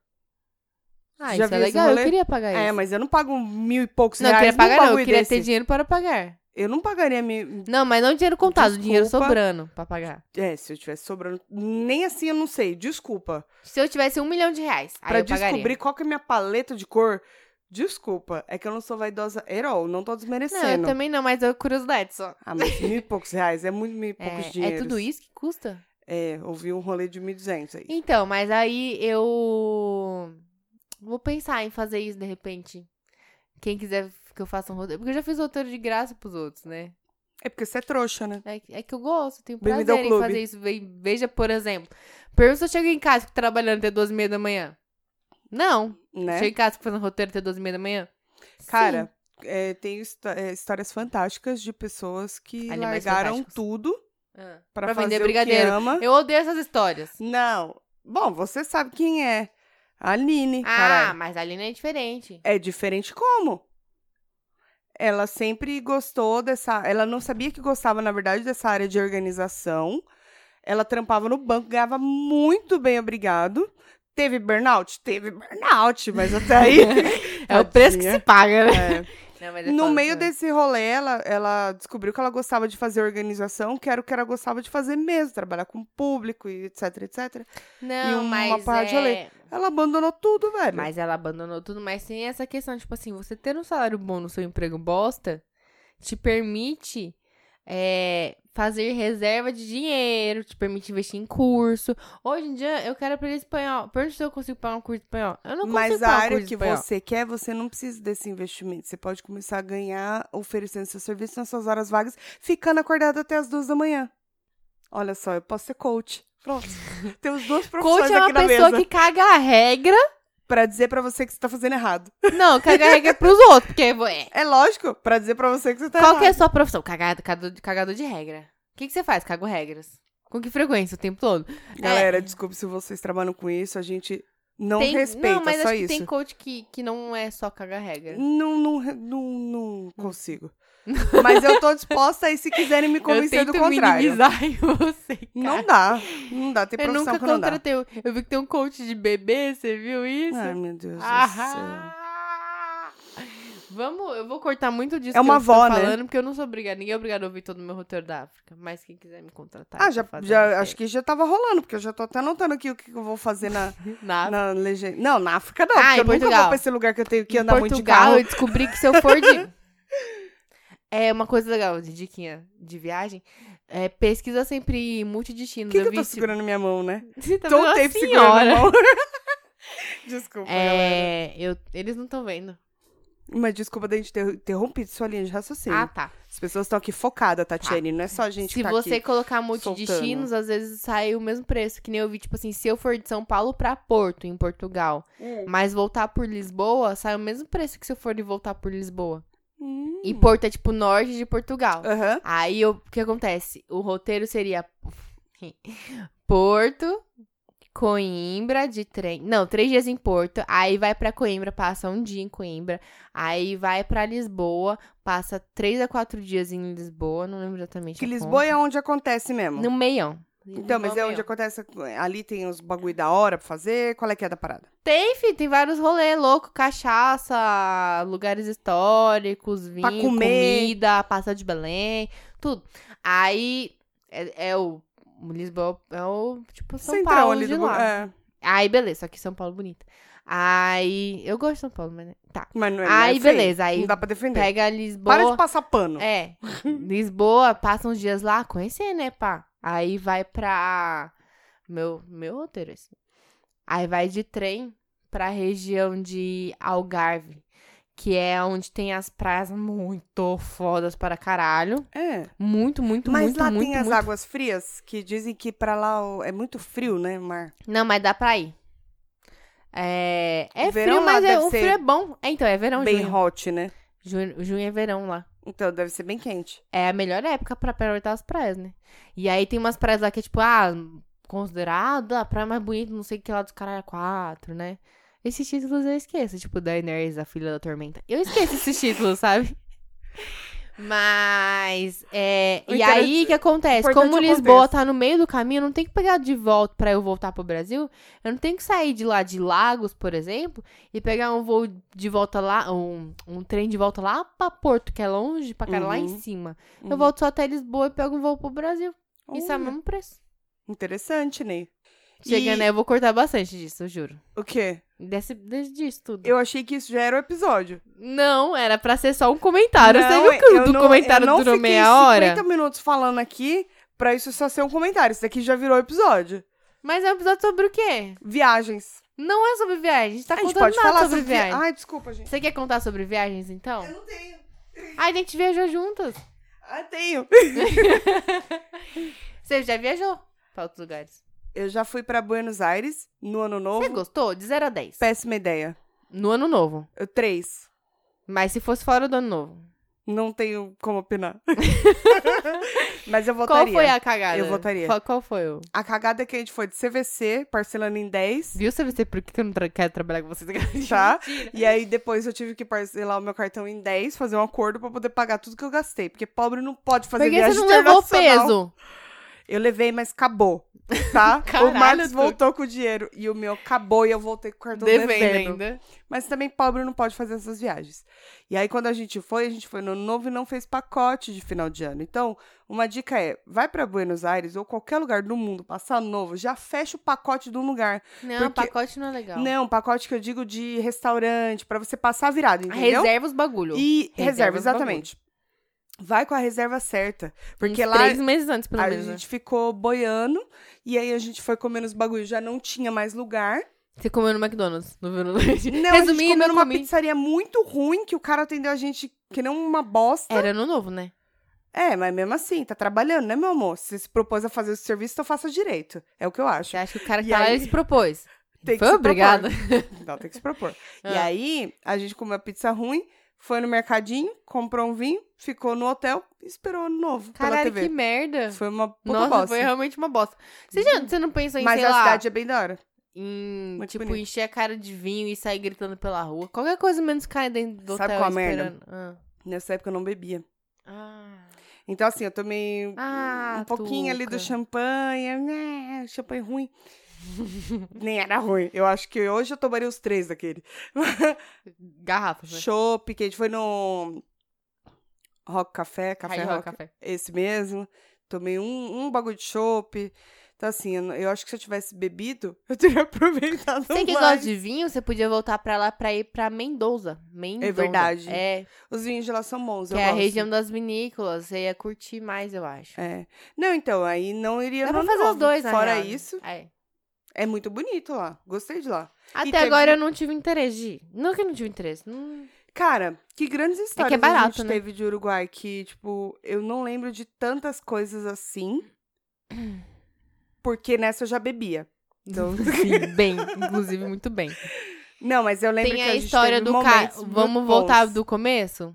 Ah, já isso viu é esse legal, eu rolê? queria pagar É, isso. mas eu não pago mil e poucos Não, eu reais. queria num pagar não, eu um bagulho queria desse. ter dinheiro para pagar. Eu não pagaria mil... Não, mas não dinheiro contado, dinheiro Desculpa. sobrando pra pagar. É, se eu tivesse sobrando... Nem assim eu não sei, desculpa. Se eu tivesse um milhão de reais, aí Pra eu pagaria. descobrir qual que é a minha paleta de cor, desculpa, é que eu não sou vaidosa at all, não tô Não, eu desmerecendo. também não, mas é curiosidade só. Ah, mas mil e poucos reais, é muito mil e poucos É, é dinheiros. tudo isso que custa? É, ouvi um rolê de 1.200 aí. Então, mas aí eu vou pensar em fazer isso de repente. Quem quiser que eu faça um roteiro. Porque eu já fiz roteiro de graça pros outros, né? É porque você é trouxa, né? É, que- é que eu gosto, tenho Bem-vindo prazer ao em clube. fazer isso. Ve- Veja, por exemplo, pergunta se eu chego em casa fico trabalhando até duas e meia da manhã. Não. Né? Chego em casa fico fazendo roteiro até duas e meia da manhã. Cara, é, tem histó- é, histórias fantásticas de pessoas que Animais largaram fantásticos. tudo Sim. Ah. pra, Pra fazer vender o brigadeiro. que ama. Eu odeio essas histórias. Não. Bom, você sabe quem é. A Aline, Ah, caralho. mas a Aline é diferente. É diferente como? Ela sempre gostou dessa. Ela não sabia que gostava, na verdade, dessa área de organização. Ela trampava no banco, ganhava muito bem, obrigado. Teve burnout? Teve burnout, mas até aí. É o preço que Tadinha. se paga, né? É. Não, mas é No foda meio também. desse rolê, ela, ela descobriu que ela gostava de fazer organização, que era o que ela gostava de fazer mesmo, trabalhar com o público e etc, etc. e Não, uma mas. parada de é... rolê. Ela abandonou tudo, velho. Mas ela abandonou tudo, mas tem essa questão, tipo assim, você ter um salário bom no seu emprego bosta te permite é, fazer reserva de dinheiro, te permite investir em curso. Hoje em dia eu quero aprender espanhol. Pergunta se eu consigo pagar um curso de espanhol. Eu não consigo Mas a pagar um área curso de que espanhol. você é quer, você não precisa desse investimento. Você pode começar a ganhar oferecendo seu serviço nas suas horas vagas, ficando acordado até as duas da manhã. Olha só, eu posso ser coach. Pronto. Temos duas profissões Coach é aqui uma na pessoa mesa que caga a regra. pra dizer pra você que você tá fazendo errado. Não, caga a regra pros outros, porque vo- é. É lógico, pra dizer pra você que você tá Qual que é a errado. sua profissão? Cagado, cagado, cagado de regra. O que, que você faz? Cago regras. Com que frequência? O tempo todo? Galera, desculpe se vocês trabalham com isso. A gente Não tem, Então, respeita, não, mas só acho isso. que tem coach que, que não é só cagar regra. Não, não, re- não, Hum. não consigo. Mas eu tô disposta aí se quiserem me convencer eu do tento contrário. minimizar em você, cara. Não dá. Não dá. Tem Eu profissão nunca que não dá. contratei. um- Eu vi que tem um coach de bebê, você viu isso? Ai, meu Deus do céu. Ah! Vamos, eu vou cortar muito disso É uma que eu avó, tô né? falando, porque eu não sou obrigada, ninguém é obrigado a ouvir todo o meu roteiro da África, mas quem quiser me contratar. Ah, já, já, acho que já tava rolando, porque eu já tô até anotando aqui o que que eu vou fazer na, na, na legenda. Não, na África não, Ah, porque em eu nunca Portugal. vou pra esse lugar que eu tenho que em andar muito de Portugal, carro. eu descobri que se eu for de É uma coisa legal de diquinha de viagem, é pesquisa sempre multidestino. Por que, que eu tô segurando minha mão, né? Você tá Tô vendo? o tempo segurando Senhora. a mão. Desculpa, galera. É, eu, eles não estão vendo. Mas desculpa de gente ter interrompido sua linha de raciocínio. Ah, tá. As pessoas estão aqui focadas, Tatiane. Não é só a gente se ficar você aqui. colocar multidestinos, às vezes sai o mesmo preço. Que nem eu vi, tipo assim, se eu for de São Paulo pra Porto, em Portugal, Hum. mas voltar por Lisboa, sai o mesmo preço que se eu for de voltar por Lisboa. Hum. E Porto é tipo norte de Portugal. Aham. Aí eu- o que acontece? O roteiro seria Porto, Coimbra de trem. Não, três dias em Porto. Aí vai pra Coimbra, passa um dia em Coimbra. Aí vai pra Lisboa, passa três a quatro dias em Lisboa. Não lembro exatamente. Que a Lisboa conta. é onde acontece mesmo. No meião. Então, mas é onde acontece. Ali tem os bagulho da hora pra fazer. Qual é que é da parada? Tem, fi, tem vários rolês loucos, cachaça, lugares históricos, comer. vinho, comida, passar de Belém, tudo. Aí é, é o o Lisboa, é o tipo São Central Paulo ali de do. lá. É, Aí beleza, só que São Paulo bonita. Aí eu gosto de São Paulo, mas né, tá. mas não é. Aí, não é feio. beleza, aí Não dá pra defender. Pega Para de Lisboa. passar pano. É, Lisboa, passa uns dias lá, conhecer, né, pá? Aí vai pra. Meu, meu roteiro, assim. Aí vai de trem pra região de Algarve, que é onde tem as praias muito fodas para caralho. É. Muito, muito, Mas muito, lá muito, tem as muito. águas frias que dizem que pra lá o- é muito frio, né, mar? Não, mas dá pra ir. É, é Verão frio, lá mas é, deve o ser frio é bom. É, então, é verão, bem junho. hot, né? junho. Junho é verão lá. Então deve ser bem quente. É a melhor época pra aproveitar as praias, né? E aí tem umas praias lá que é tipo, ah, considerada a praia mais bonita, não sei o que lá dos caralho 4, né? Esses títulos eu esqueço, tipo Daenerys, a filha da tormenta. Eu esqueço esses títulos, sabe? Mas, é, O e interesse- aí o que acontece? importante Como é o Lisboa contexto. tá no meio do caminho, eu não tenho que pegar de volta pra eu voltar pro Brasil. Eu não tenho que sair de lá de Lagos, por exemplo, e pegar um voo de volta lá, um, um trem de volta lá pra Porto, que é longe pra cara lá em Uhum. cima. Uhum. Eu volto só até Lisboa e pego um voo pro Brasil. Isso é o Hum. Olha, mesmo preço. Interessante, Ney. Chega, E- né? Eu vou cortar bastante disso, eu juro. O quê? Desse, desse, disso tudo. Eu achei que isso já era o episódio. Não, era pra ser só um comentário. Você viu eu que o do não- comentário eu não durou fiquei meia hora? 50 minutos falando aqui pra isso só ser um comentário. Isso daqui já virou episódio. Mas é um episódio sobre o quê? Viagens. Não é sobre viagem. A gente tá a gente contando pode nada falar sobre, sobre viagem. Ai, desculpa, gente. Você quer contar sobre viagens, então? Eu não tenho. Ai, a gente viajou juntas. Ah, tenho. Você já viajou pra outros lugares. Eu já fui pra Buenos Aires no ano novo. Você gostou? De 0 a 10. Péssima ideia. No ano novo. Eu, três. Mas se fosse fora do ano novo. Não tenho como opinar. Mas eu Qual votaria. foi a cagada? Eu votaria. Qual- Qual foi o... A cagada que a gente foi de CVC, parcelando em 10. Viu, CVC, por que que eu não tra- quero trabalhar com vocês? Tá? E aí depois eu tive que parcelar o meu cartão em 10, fazer um acordo pra poder pagar tudo que eu gastei. Porque pobre não pode fazer Porque viagem você não levou o internacional. peso. Eu levei, mas acabou. Tá? o Caralho, Marcos tu- voltou com o dinheiro e o meu acabou e eu voltei com o cartão devendo. Mas também pobre não pode fazer essas viagens. E aí, quando a gente foi, a gente foi no ano novo e não fez pacote de final de ano. Então, uma dica é: vai pra Buenos Aires ou qualquer lugar do mundo passar ano novo, já fecha o pacote de um lugar. Não, Porque- pacote não é legal. Não, um pacote que eu digo de restaurante, pra você passar virado, entendeu? Reserva os bagulho. E Reserva reserva, os bagulho. exatamente. Vai com a reserva certa. Porque Uns lá Três meses antes, pelo a menos. né? gente ficou boiando e aí a gente foi comendo os bagulhos, já não tinha mais lugar. Você comeu no McDonald's, no Verão Leite. Não, a gente Resumindo, comeu eu numa comi. pizzaria muito ruim que o cara atendeu a gente que nem uma bosta. Era no novo, né? É, mas mesmo assim, tá trabalhando, né, meu amor? Se você se propôs a fazer o serviço, então faça direito. É o que eu acho. Você acha que o cara que E tá lá, aí- ele se propôs. Tem que Foi se obrigado. propor. Não, tem que se propor. E Ah. aí, a gente comeu a pizza ruim, foi no mercadinho, comprou um vinho, ficou no hotel e esperou ano novo pela Caralho, TV. que merda. Foi uma puta Nossa, bosta. foi realmente uma bosta. Você, já, você não pensou em, Mas sei a lá... cidade é bem da hora. em, Muito tipo, bonito. encher a cara de vinho e sair gritando pela rua. Qualquer coisa menos cair dentro do Sabe hotel qual é a merda? esperando. Ah. Nessa época eu não bebia. Ah. Então, assim, eu tomei Ah, um pouquinho ali do Tuca. champanhe. Né, champanhe ruim. Nem era ruim. Eu acho que hoje eu tomaria os três daquele. Garrafas, né? Chopp, que a gente foi no Rock Café, Café Hard Rock, Rock Café. esse mesmo. Tomei um, um bagulho de chopp. Então, assim, eu, não- eu acho que se eu tivesse bebido, eu teria aproveitado Você que mais. gosta de vinho, você podia voltar pra lá pra ir pra Mendoza. Mendoza. verdade. É, Os vinhos de lá são bons, que eu é a gosto. região das vinícolas. Você ia curtir mais, eu acho. É. Não, então, aí não iria Dá no pra fazer novo. os dois, na Fora real, né? isso, É. é muito bonito lá. Gostei de lá. Até teve- agora eu não tive interesse de ir. Não que eu não tive interesse. Não... Cara, que grandes histórias a É barato, gente né? teve de Uruguai, que, tipo, eu não lembro de tantas coisas assim. Porque nessa eu já bebia. Então, Sim, bem. Inclusive, muito bem. Não, mas eu lembro Tem que a história gente teve do cara. momentos muito Vamos bons. voltar do começo?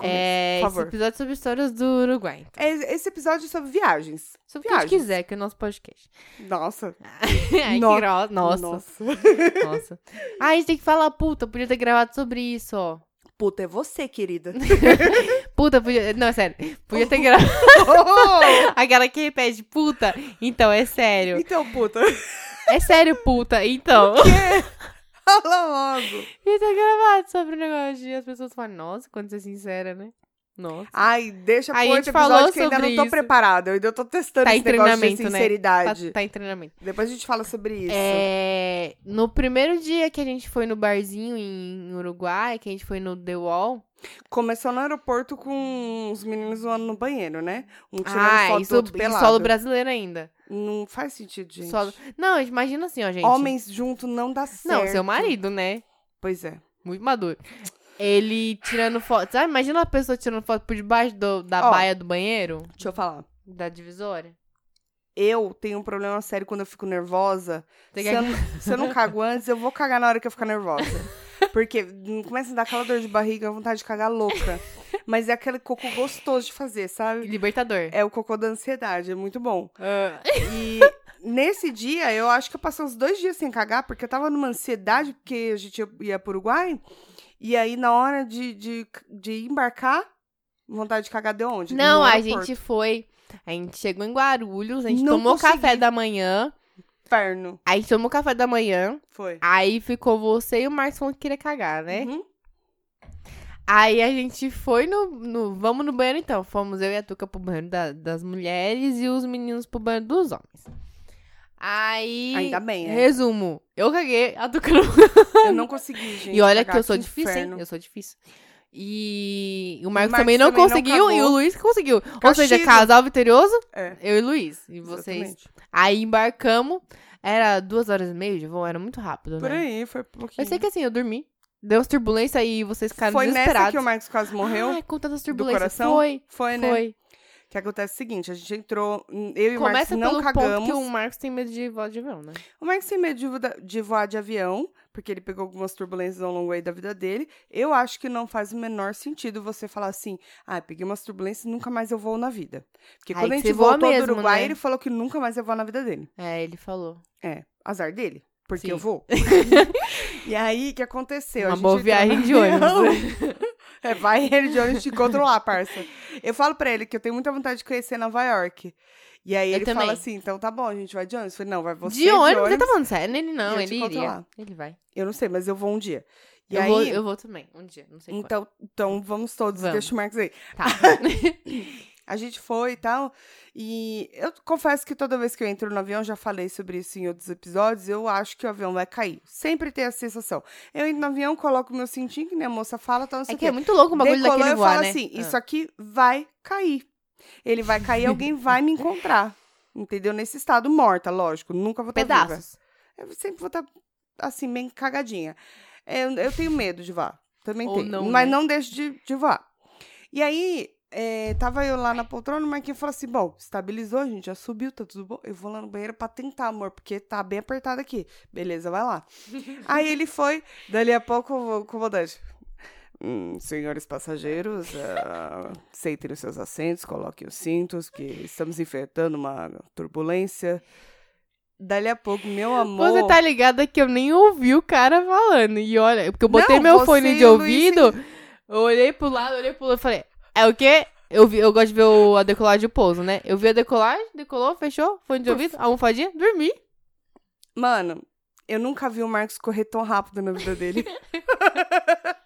é, por esse favor. episódio é sobre histórias do Uruguai. É, Esse episódio é sobre viagens. Sobre o que a gente Viagens. quiser, que é o nosso podcast. Nossa. Ai, que No- gro- Nossa. Nossa. Ah, a gente tem que falar, puta, podia ter gravado sobre isso, ó. Puta, é você, querida. Puta, podia. Não, é sério. Podia ter gravado. Aquela que repete, puta. Então, é sério. então, puta. É sério, puta. Então. Fala logo. Podia ter gravado sobre o negócio. E as pessoas falam, nossa, quando você é sincera, né? Nossa. Ai, deixa Aí pro a outro gente falou episódio que ainda não sobre tô isso. preparada. Eu ainda tô testando Tá esse em negócio de treinamento, né? Tá, sinceridade. tá em treinamento. Depois a gente fala sobre isso. É, no primeiro dia que a gente foi no barzinho em Uruguai, que a gente foi no The Wall. Começou no aeroporto com os meninos zoando no banheiro, né? Um tirando Ah, foto isso, do outro e pelado. solo brasileiro ainda. Não faz sentido, gente. Solo... Não, imagina assim, ó, gente. Homens junto não dá certo. Não, seu marido, né? Pois é. Muito maduro. Ele tirando foto. Sabe, imagina a pessoa tirando foto por debaixo do- da Ó. baia do banheiro, Deixa eu falar. da divisória. Eu tenho um problema sério quando eu fico nervosa. Tem Se eu, não- se eu não cago antes, eu vou cagar na hora que eu ficar nervosa. Porque hum, começa a dar aquela dor de barriga, vontade de cagar louca. Mas é aquele cocô gostoso de fazer, sabe? Libertador. É o cocô da ansiedade, é muito bom. Ah, E nesse dia, eu acho que eu passei uns dois dias sem cagar, porque eu tava numa ansiedade, porque a gente ia, ia pro Uruguai. E aí, na hora de, de, de embarcar, vontade de cagar de onde? No Não, a aeroporto. gente foi. A gente chegou em Guarulhos, a gente Não tomou consegui. café da manhã. Inferno. A gente tomou café da manhã. Foi. Aí ficou você e o Marcos falando que queria cagar, Ah, né? Uhum. Aí a gente foi no, no- Vamos no banheiro então. Fomos eu e a Tuca pro banheiro da- das mulheres e os meninos pro banheiro dos homens. Aí. Ainda bem, né? Resumo. Eu caguei, a Tuca não. Eu não consegui, gente. e olha que cagar, eu sou difícil, hein? inferno. Eu sou difícil. E o Marcos Marcos também não também não conseguiu e o cagou. Luiz que conseguiu. Ou Castigo. seja, casal vitorioso, É. eu e Luiz. E vocês. Exatamente. Aí embarcamos. Era duas horas e meia de voo, era muito rápido, Por né? aí, foi um pouquinho. Eu sei que assim, eu dormi. Deu as turbulências e vocês ficaram foi nessa desesperados. que o Marcos quase morreu. Ai, conta das do turbulências. coração? Foi, foi, né? foi. O que acontece é o seguinte, a gente entrou, eu e o Marcos Começa não pelo ponto cagamos. que o Marcos tem medo de voar de avião, né? O Marcos tem medo de voa- de voar de avião, porque ele pegou algumas turbulências ao longo aí da vida dele. Eu acho que não faz o menor sentido você falar assim, ah, peguei umas turbulências e nunca mais eu voo na vida. Porque Ai, quando que a você gente voa voltou mesmo, do Uruguai, né? ele falou que nunca mais eu vou na vida dele. É, ele falou. É, azar dele, porque Sim. eu vou. e aí, o que aconteceu? A Uma gente entrou boa no viagem de ônibus. avião. É, vai ele de ônibus te encontro lá, parça. Eu falo pra ele que eu tenho muita vontade de conhecer Nova York. E aí Eu ele também. fala assim, então tá bom, a gente vai de ônibus. Eu falei, não, vai você de ônibus? Você tá falando sério? Ele E não, eu ele te conto iria. lá. Ele vai. Eu não sei, mas eu vou um dia. E eu, aí, vou, eu vou também, um dia, não sei quando. então, então vamos todos, Vamos. deixa o Marcos aí. Tá. A gente foi e tal, e eu confesso que toda vez que eu entro no avião, já falei sobre isso em outros episódios, eu acho que o avião vai cair. Sempre tem essa sensação. Eu entro no avião, coloco meu cintinho, que nem a moça fala, tal, não sei é o que quê. é muito louco o bagulho Decolou, daquele eu voar, falo né? assim, Ah. isso aqui vai cair. Ele vai cair, alguém vai me encontrar. Entendeu? Nesse estado morta, lógico. Nunca vou estar viva. Pedaços. Eu sempre vou estar, assim, bem cagadinha. É, Eu, eu tenho medo de voar. Também Ou tenho. não, mas né? não deixo de, de voar. E aí, é, tava eu lá na poltrona, o Marquinhos falou assim: bom, estabilizou, gente, já subiu, tá tudo bom. Eu vou lá no banheiro pra tentar, amor, porque tá bem apertado aqui. Beleza, vai lá. aí ele foi, dali a pouco, o comandante. "Hum, senhores passageiros, ah, aceitem os seus assentos, coloquem os cintos, que estamos enfrentando uma turbulência. Dali a pouco, meu é amor. Você tá ligada que eu nem ouvi o cara falando. E olha, porque eu botei Não, meu você fone de e o Luiz ouvido, eu olhei pro lado, olhei pro lado e falei, é o quê? Eu, vi, eu gosto de ver o, a decolagem e o pouso, né? Eu vi a decolagem, decolou, fechou, fone de ouvido, almofadinha, dormi. Mano, eu nunca vi o Marcos correr tão rápido na vida dele.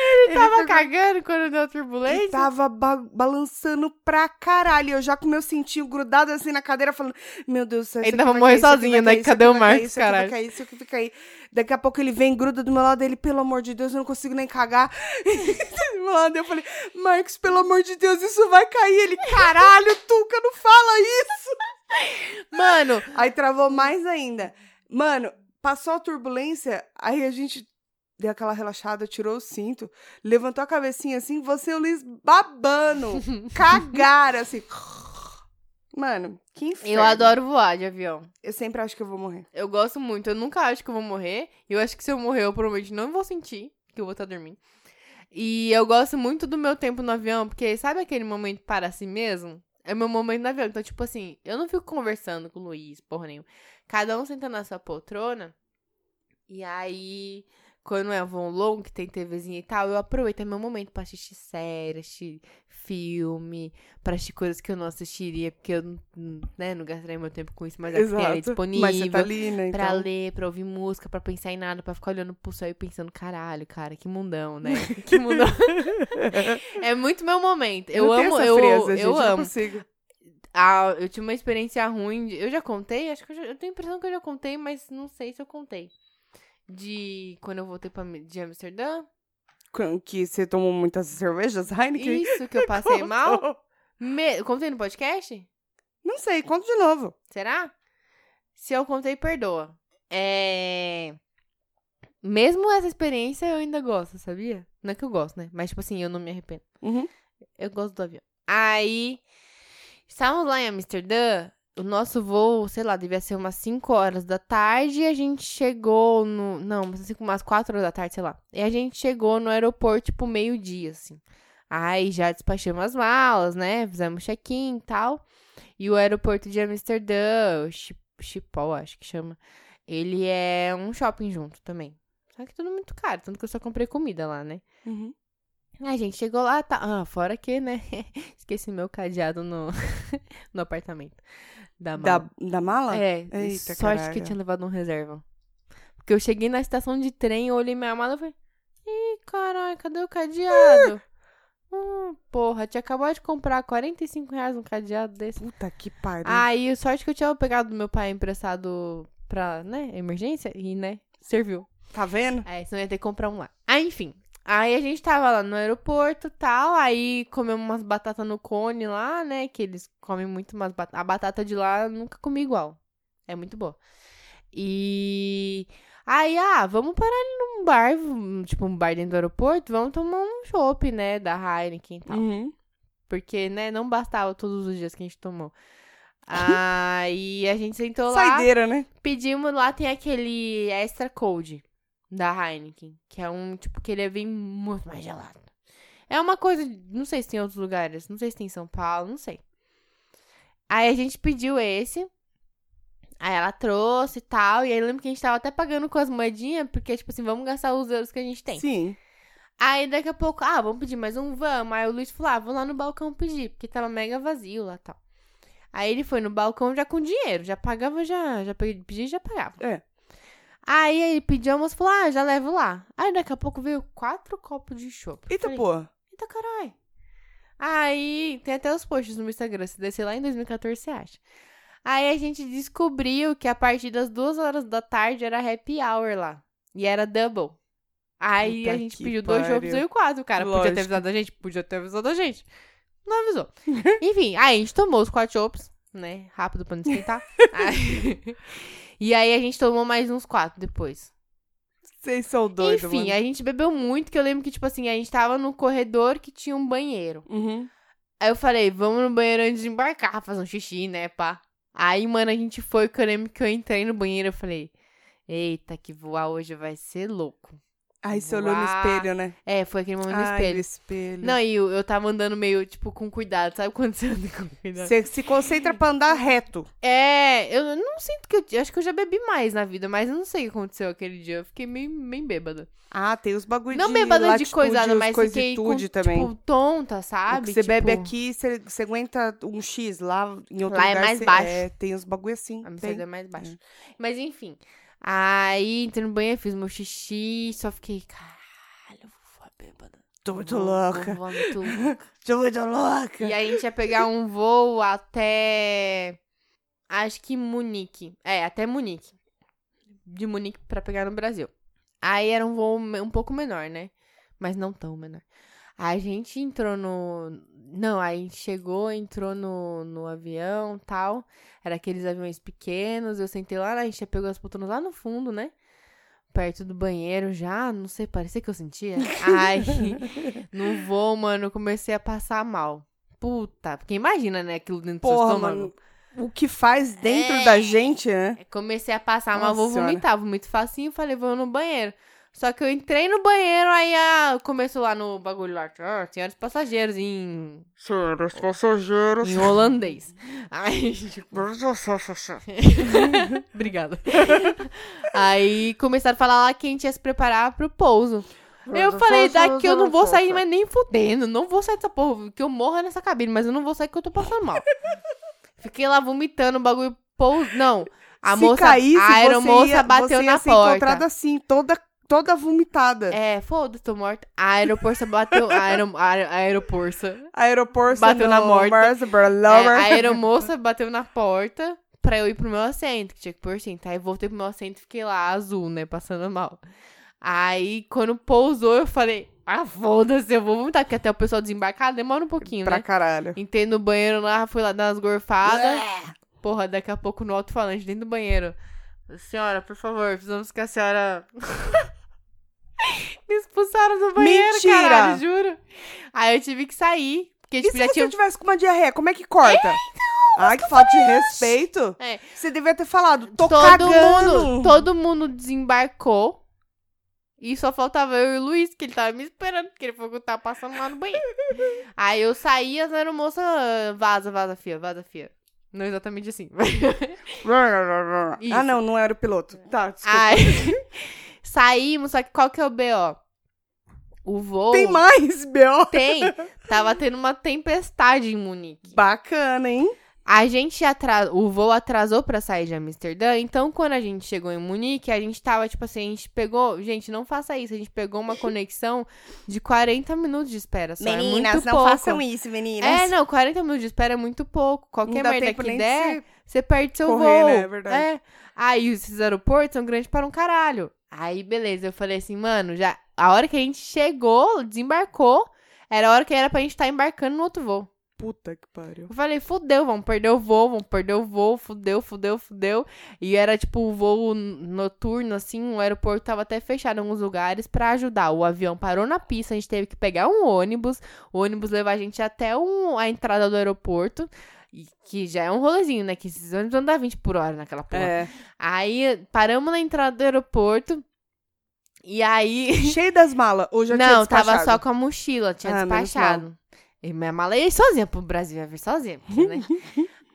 Ele tava cagando quando deu turbulência. Ele tá tava ba- balançando pra caralho. Eu já com meu cintinho grudado assim na cadeira, falando: Meu Deus do céu. isso Ele aqui tava vai morrendo cair, isso aqui sozinho, vai né? cair, isso Cadê aqui o vai Marcos, cair, isso aqui vai caralho? cair, Isso aqui fica aí. Daqui a pouco ele vem, gruda do meu lado, ele, pelo amor de Deus, eu não consigo nem cagar. do meu lado eu falei, Marcos, pelo amor de Deus, isso vai cair. Ele, caralho, Tuca, não fala isso. Mano, Aí travou mais ainda. Mano, passou a turbulência, aí a gente deu aquela relaxada, tirou o cinto, levantou a cabecinha assim, você e o Luiz babando, cagaram assim. Mano, que inferno. eu adoro voar de avião. Eu sempre acho que eu vou morrer. Eu gosto muito. Eu nunca acho que eu vou morrer. Eu acho que se eu morrer, eu provavelmente não vou sentir que eu vou estar dormindo. E eu gosto muito do meu tempo no avião, porque sabe aquele momento para si mesmo? É meu momento no avião. Então, tipo assim, eu não fico conversando com o Luiz, porra nenhuma. Cada um senta na sua poltrona. E aí, quando é voo longo, que tem TVzinha e tal, eu aproveito. É meu momento pra assistir série, assistir filme, pra assistir coisas que eu não assistiria, porque eu não- né, não gastaria meu tempo com isso, mas é o que tem ali disponível. Mas você tá ali, né? Então. Pra ler, pra ouvir música, pra pensar em nada, pra ficar olhando pro céu e pensando, caralho, cara, que mundão, né? Que mundão. é muito meu momento. Eu não tenho amo, essa tipo eu, fresa, gente, eu Não amo. consigo. Ah, eu tive uma experiência ruim. de- eu já contei? Acho que eu, já- eu tenho a impressão que eu já contei, mas não sei se eu contei. De quando eu voltei pra, Am- de Amsterdã. Com- Que você tomou muitas cervejas, Heineken? Isso que eu passei mal. Me- eu contei no podcast? Não sei, conta de novo. Será? Se eu contei, perdoa. É. Mesmo essa experiência eu ainda gosto, sabia? Não é que eu gosto, né? Mas, tipo assim, eu não me arrependo. Uhum. Eu gosto do avião. Aí. Estávamos lá em Amsterdã. O nosso voo, sei lá, devia ser umas 5 horas da tarde. E a gente chegou no. Não, umas cinco- umas 4 horas da tarde, sei lá. E a gente chegou no aeroporto, tipo, meio-dia, assim. Aí já despachamos as malas, né? Fizemos check-in e tal. E o aeroporto de Amsterdã, o Chi- Schiphol, acho que chama. Ele é um shopping junto também. Só que tudo muito caro, tanto que eu só comprei comida lá, né? Uhum. A gente chegou lá, tá. Ah, fora que, né? Esqueci meu cadeado no, no apartamento da Da, mala. da mala? Tá É, Eita, sorte que caralho. eu tinha levado um reserva. Porque eu cheguei na estação de trem, eu olhei minha mala e falei: Ih, caralho, cadê o cadeado? Hum, porra, tinha acabado de comprar 45 reais um cadeado desse. Puta que pariu. Aí, sorte que eu tinha pegado do meu pai emprestado pra, né, emergência e, né, serviu. Tá vendo? É, senão ia ter que comprar um lá. Aí, enfim. Aí a gente tava lá no aeroporto e tal, aí comemos umas batatas no cone lá, né? Que eles comem muito umas batatas. A batata de lá eu nunca comi igual. É muito boa. E aí, ah, vamos parar ali num bar, um- tipo um bar dentro do aeroporto, vamos tomar um chopp, né? Da Heineken e tal. Uhum. Porque, né, não bastava todos os dias que a gente tomou. Aí a gente sentou lá Saideira, né? pedimos lá, tem aquele extra cold da Heineken, que é um tipo que ele vem muito mais gelado. É uma coisa, não sei se tem em outros lugares, não sei se tem em São Paulo, não sei. Aí a gente pediu esse. Aí ela trouxe e tal. E aí eu lembro que a gente tava até pagando com as moedinhas, porque, tipo assim, vamos gastar os euros que a gente tem. Sim. Aí daqui a pouco, ah, vamos pedir mais um, vamos. Aí o Luiz falou, ah, vou lá no balcão pedir, porque tava mega vazio lá e tal. Aí ele foi no balcão já com dinheiro, já pagava, já, já pe- pedia e já pagava. É. Aí ele pediu, a moça falou, ah, já levo lá. Aí daqui a pouco veio quatro copos de chopp. Eu Eita, falei, pô. Eita, caralho. Aí, tem até os posts no meu Instagram. Se descer lá em 2014, você acha. Aí a gente descobriu que a partir das duas horas da tarde era happy hour lá. E era double. Aí Puta a gente que pediu dois pariu. jogos e o quatro. O cara podia Lógico. ter avisado a gente? Podia ter avisado a gente. Não avisou. Enfim, aí a gente tomou os quatro chopps, né? Rápido pra não esquentar. Aí- E aí a gente tomou mais uns quatro depois. Vocês são doidos, Enfim, mano. é- a gente bebeu muito, que eu lembro que, tipo assim, a gente tava no corredor que tinha um banheiro. Uhum. Aí eu falei, vamos no banheiro antes de embarcar, fazer um xixi, né, pá. Aí, mano, a gente foi, que eu lembro que eu entrei no banheiro, eu falei, eita, que voar hoje vai ser louco. Aí você olhou no Voar. espelho, né? É, foi aquele momento no Ai, espelho. espelho. Não, e eu, eu tava andando meio, tipo, com cuidado. Sabe quando você anda com cuidado? Você se concentra pra andar Uhum. reto. É, eu não sinto que eu... Acho que eu já bebi mais na vida, mas eu não sei o que aconteceu aquele dia. Eu fiquei meio, meio bêbada. Ah, tem os bagulho não de bêbada de latitude, coisada, os mas fiquei com, coisitude também. tipo, tonta, O sabe? que você bebe Tipo, aqui, você, você aguenta um X lá em outro Lá é lugar. mais você- baixo. é, tem uns bagulho assim. Amsterdã Tem. é mais baixo. Mas enfim. Aí entrei no banheiro, fiz meu xixi, só fiquei, caralho, eu vou ficar bêbada. Tô muito Vou- louca. vou- vou muito louca." Tô muito louca. um e aí a gente ia pegar um voo até. Acho que Munique. É, até Munique. De Munique pra pegar no Brasil. Aí era um voo me- um pouco menor, né? Mas não tão menor. A gente entrou no. Não, aí a gente chegou, entrou no, no avião tal. Era aqueles aviões pequenos. Eu sentei lá, a gente já pegou as poltronas lá no fundo, né? Perto do banheiro já, não sei, parecia que eu sentia. Aí, no voo, mano, eu comecei a passar mal. Puta, porque imagina, né, aquilo dentro do seu Porra, estômago. mano. O que faz dentro É. da gente, né? Aí Comecei a passar, mas Nossa vou Senhora. vomitar, vomito facinho, falei, vou no banheiro. Só que eu entrei no banheiro, aí a... começou lá no bagulho lá, ah, senhores passageiros, em, Senhoras passageiros. em holandês. Aí, tipo, obrigada. aí começaram a falar lá que a gente ia se preparar pro pouso. Eu falei, daqui eu não vou sair, mas nem fudendo. Não vou sair dessa porra, que eu morra nessa cabine, mas eu não vou sair que eu tô passando mal. Fiquei lá vomitando, o bagulho pouso. Não, a Se moça, caísse, a aeromoça você ia, bateu você ia na ser porta. encontrada assim, toda, toda vomitada. É, foda-se, tô morta. A aeroporça bateu. A, aero, a, aero- a aeroporça. A aeroporto Bateu na morta. É, a Marlborough. aeromoça bateu na porta pra eu ir pro meu assento, que tinha que pôr cinto. Aí voltei pro meu assento e fiquei lá, azul, né? Passando mal. Aí, quando pousou, eu falei, ah, foda-se, eu vou vomitar, porque até o pessoal desembarcar demora um pouquinho, Pra né? caralho. Entrei no banheiro lá, fui lá dar umas É. gorfadas. É. Porra, daqui a pouco no alto-falante, dentro do banheiro. Senhora, por favor, precisamos que a senhora. Me expulsaram do banheiro, Mentira! caralho, juro. Aí eu tive que sair. Porque, E tipo, se já você tinha. então, tivesse com uma diarreia, como é que corta? Ai, que falta de respeito. É. Você devia ter falado, tô todo cagando. mundo, todo mundo desembarcou. E só faltava eu e o Luiz, que ele tava me esperando, porque ele falou que eu tava passando lá no banheiro. Aí eu saí, as aeromoças. ah, Vaza, vaza, fia, vaza, fia. Não exatamente assim. Ah, não, não era o piloto. Tá, desculpa. Aí, saímos, só que qual que é o B.O.? O voo... Tem mais, B.O. Tem. Tava tendo uma tempestade em Munique. Bacana, hein? A gente atrasou... O voo atrasou pra sair de Amsterdã, então quando a gente chegou em Munique, a gente tava, tipo assim, a gente pegou... Gente, não faça isso. A gente pegou uma conexão de 40 minutos de espera só. é muito pouco. isso, meninas. É, não, 40 minutos de espera é muito pouco. Qualquer não dá merda tempo que nem der... de se- Você perde seu Correr, voo. né? É verdade. É. Aí esses aeroportos são grandes para um caralho. Aí, beleza, eu falei assim, mano, já. A hora que a gente chegou, desembarcou, era a hora que era pra gente estar embarcando no outro voo. Puta que pariu. Eu falei, fudeu, vamos perder o voo, vamos perder o voo, fudeu, fudeu, fudeu. E era tipo um voo noturno, assim, o aeroporto tava até fechado em alguns lugares pra ajudar. O avião parou na pista, a gente teve que pegar um ônibus, o ônibus levar a gente até um- a entrada do aeroporto. e que já é um rolezinho, né? Que esses ônibus andam 20 por hora naquela porra. É. Aí paramos na entrada do aeroporto. E aí. Cheio das malas. Ou já tinha não, tava despachado? só com a mochila, tinha Ah, menos despachado. E minha mala ia sozinha pro Brasil, ia vir sozinha, porque, né?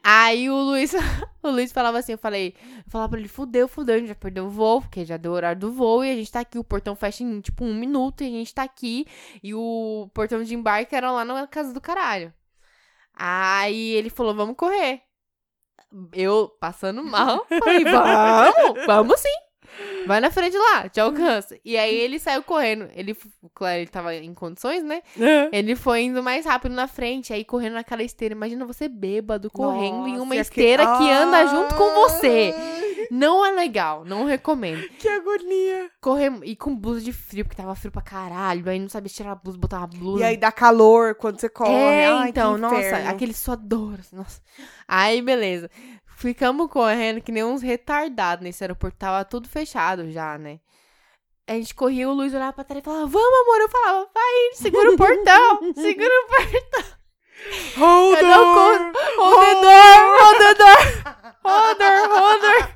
aí o Luiz, o Luiz falava assim, eu falei, eu falava pra ele, fudeu, fudeu, a gente já perdeu o voo, porque já deu o horário do voo, e a gente tá aqui, o portão fecha em tipo um minuto, e a gente tá aqui, e o portão de embarque era lá na casa do caralho. Aí ele falou, vamos correr. Eu, passando mal, falei, vamos, vamos sim. Vai na frente lá, te alcança. E aí ele saiu correndo. Ele, claro, ele tava em condições, né? Ele foi indo mais rápido na frente, aí correndo naquela esteira. Imagina você bêbado, correndo em Nossa, Ah, uma e aqui- esteira que anda junto com você. Ai, Não é legal, não recomendo. Que agonia. Correr e com blusa de frio, porque tava frio pra caralho. Aí não sabia tirar a blusa, botar uma blusa. E aí dá calor quando você corre. É, Ai, que então, nossa, inferno. aquele suador, assim, nossa. Aí, beleza. Ficamos correndo que nem uns retardados nesse aeroporto, tava tudo fechado já, né? A gente corria, o Luiz olhava pra trás e falava, vamos, amor. Eu falava, vai, segura o portão, segura o Hold Cadê o on. Oh. Hold the door, hold the door. Hold the door, hold the door.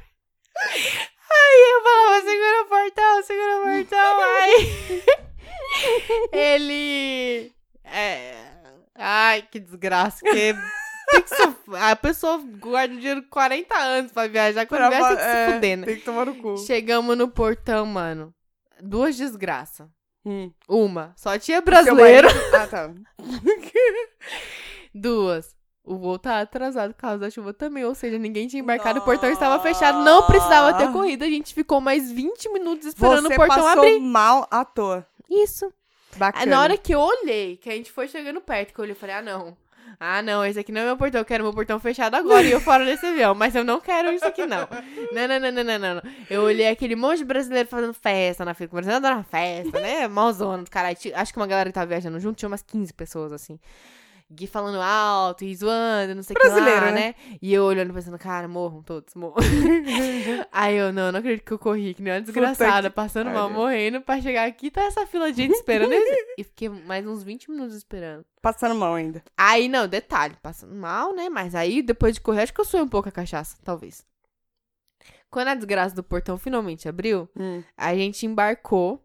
Aí eu falava, segura o portão, segura o portão. Aí ele. É... Ai, que desgraça. Porque tem que se- a pessoa guarda o dinheiro 40 anos pra viajar. Quando Pra viaja, fa- tem que é, se fuder, né? Tem que tomar no cu. Chegamos no portão, mano. Duas desgraças. Hum. Uma, só tinha Seu brasileiro. marido- Ah, tá. Duas. O voo tá atrasado por causa da chuva também, ou seja, ninguém tinha embarcado, o portão estava fechado, não precisava ter Nossa. corrida, a gente ficou mais 20 minutos esperando Você o portão passou abrir. mal à toa. Isso. Bacana. Na hora que eu olhei, que a gente foi chegando perto, que eu olhei, eu falei, ah, não. Ah, não, esse aqui não é meu portão, eu quero meu portão fechado agora e eu fora desse avião, mas eu não quero isso aqui, não. Não, não, não, não, não, não, não. Eu olhei aquele monte de brasileiro fazendo festa na fila, começando a dar uma festa, né? Malzona do caralho. Ti- Acho que uma galera que tava viajando junto, tinha umas 15 pessoas, assim. Gui falando alto e zoando, não sei o que Brasileiro, né? lá, né? E eu olhando, pensando, cara, morram todos, morram. Aí eu, não, não acredito que eu corri, que nem uma desgraçada, passando mal, pariu. morrendo, pra chegar aqui, tá essa fila de gente esperando. e fiquei mais uns 20 minutos esperando. Passando mal ainda. Aí, não, detalhe, passando mal, né? Mas aí, depois de correr, acho que eu suei um pouco a cachaça, talvez. Quando a desgraça do portão finalmente abriu, Hum. a gente embarcou.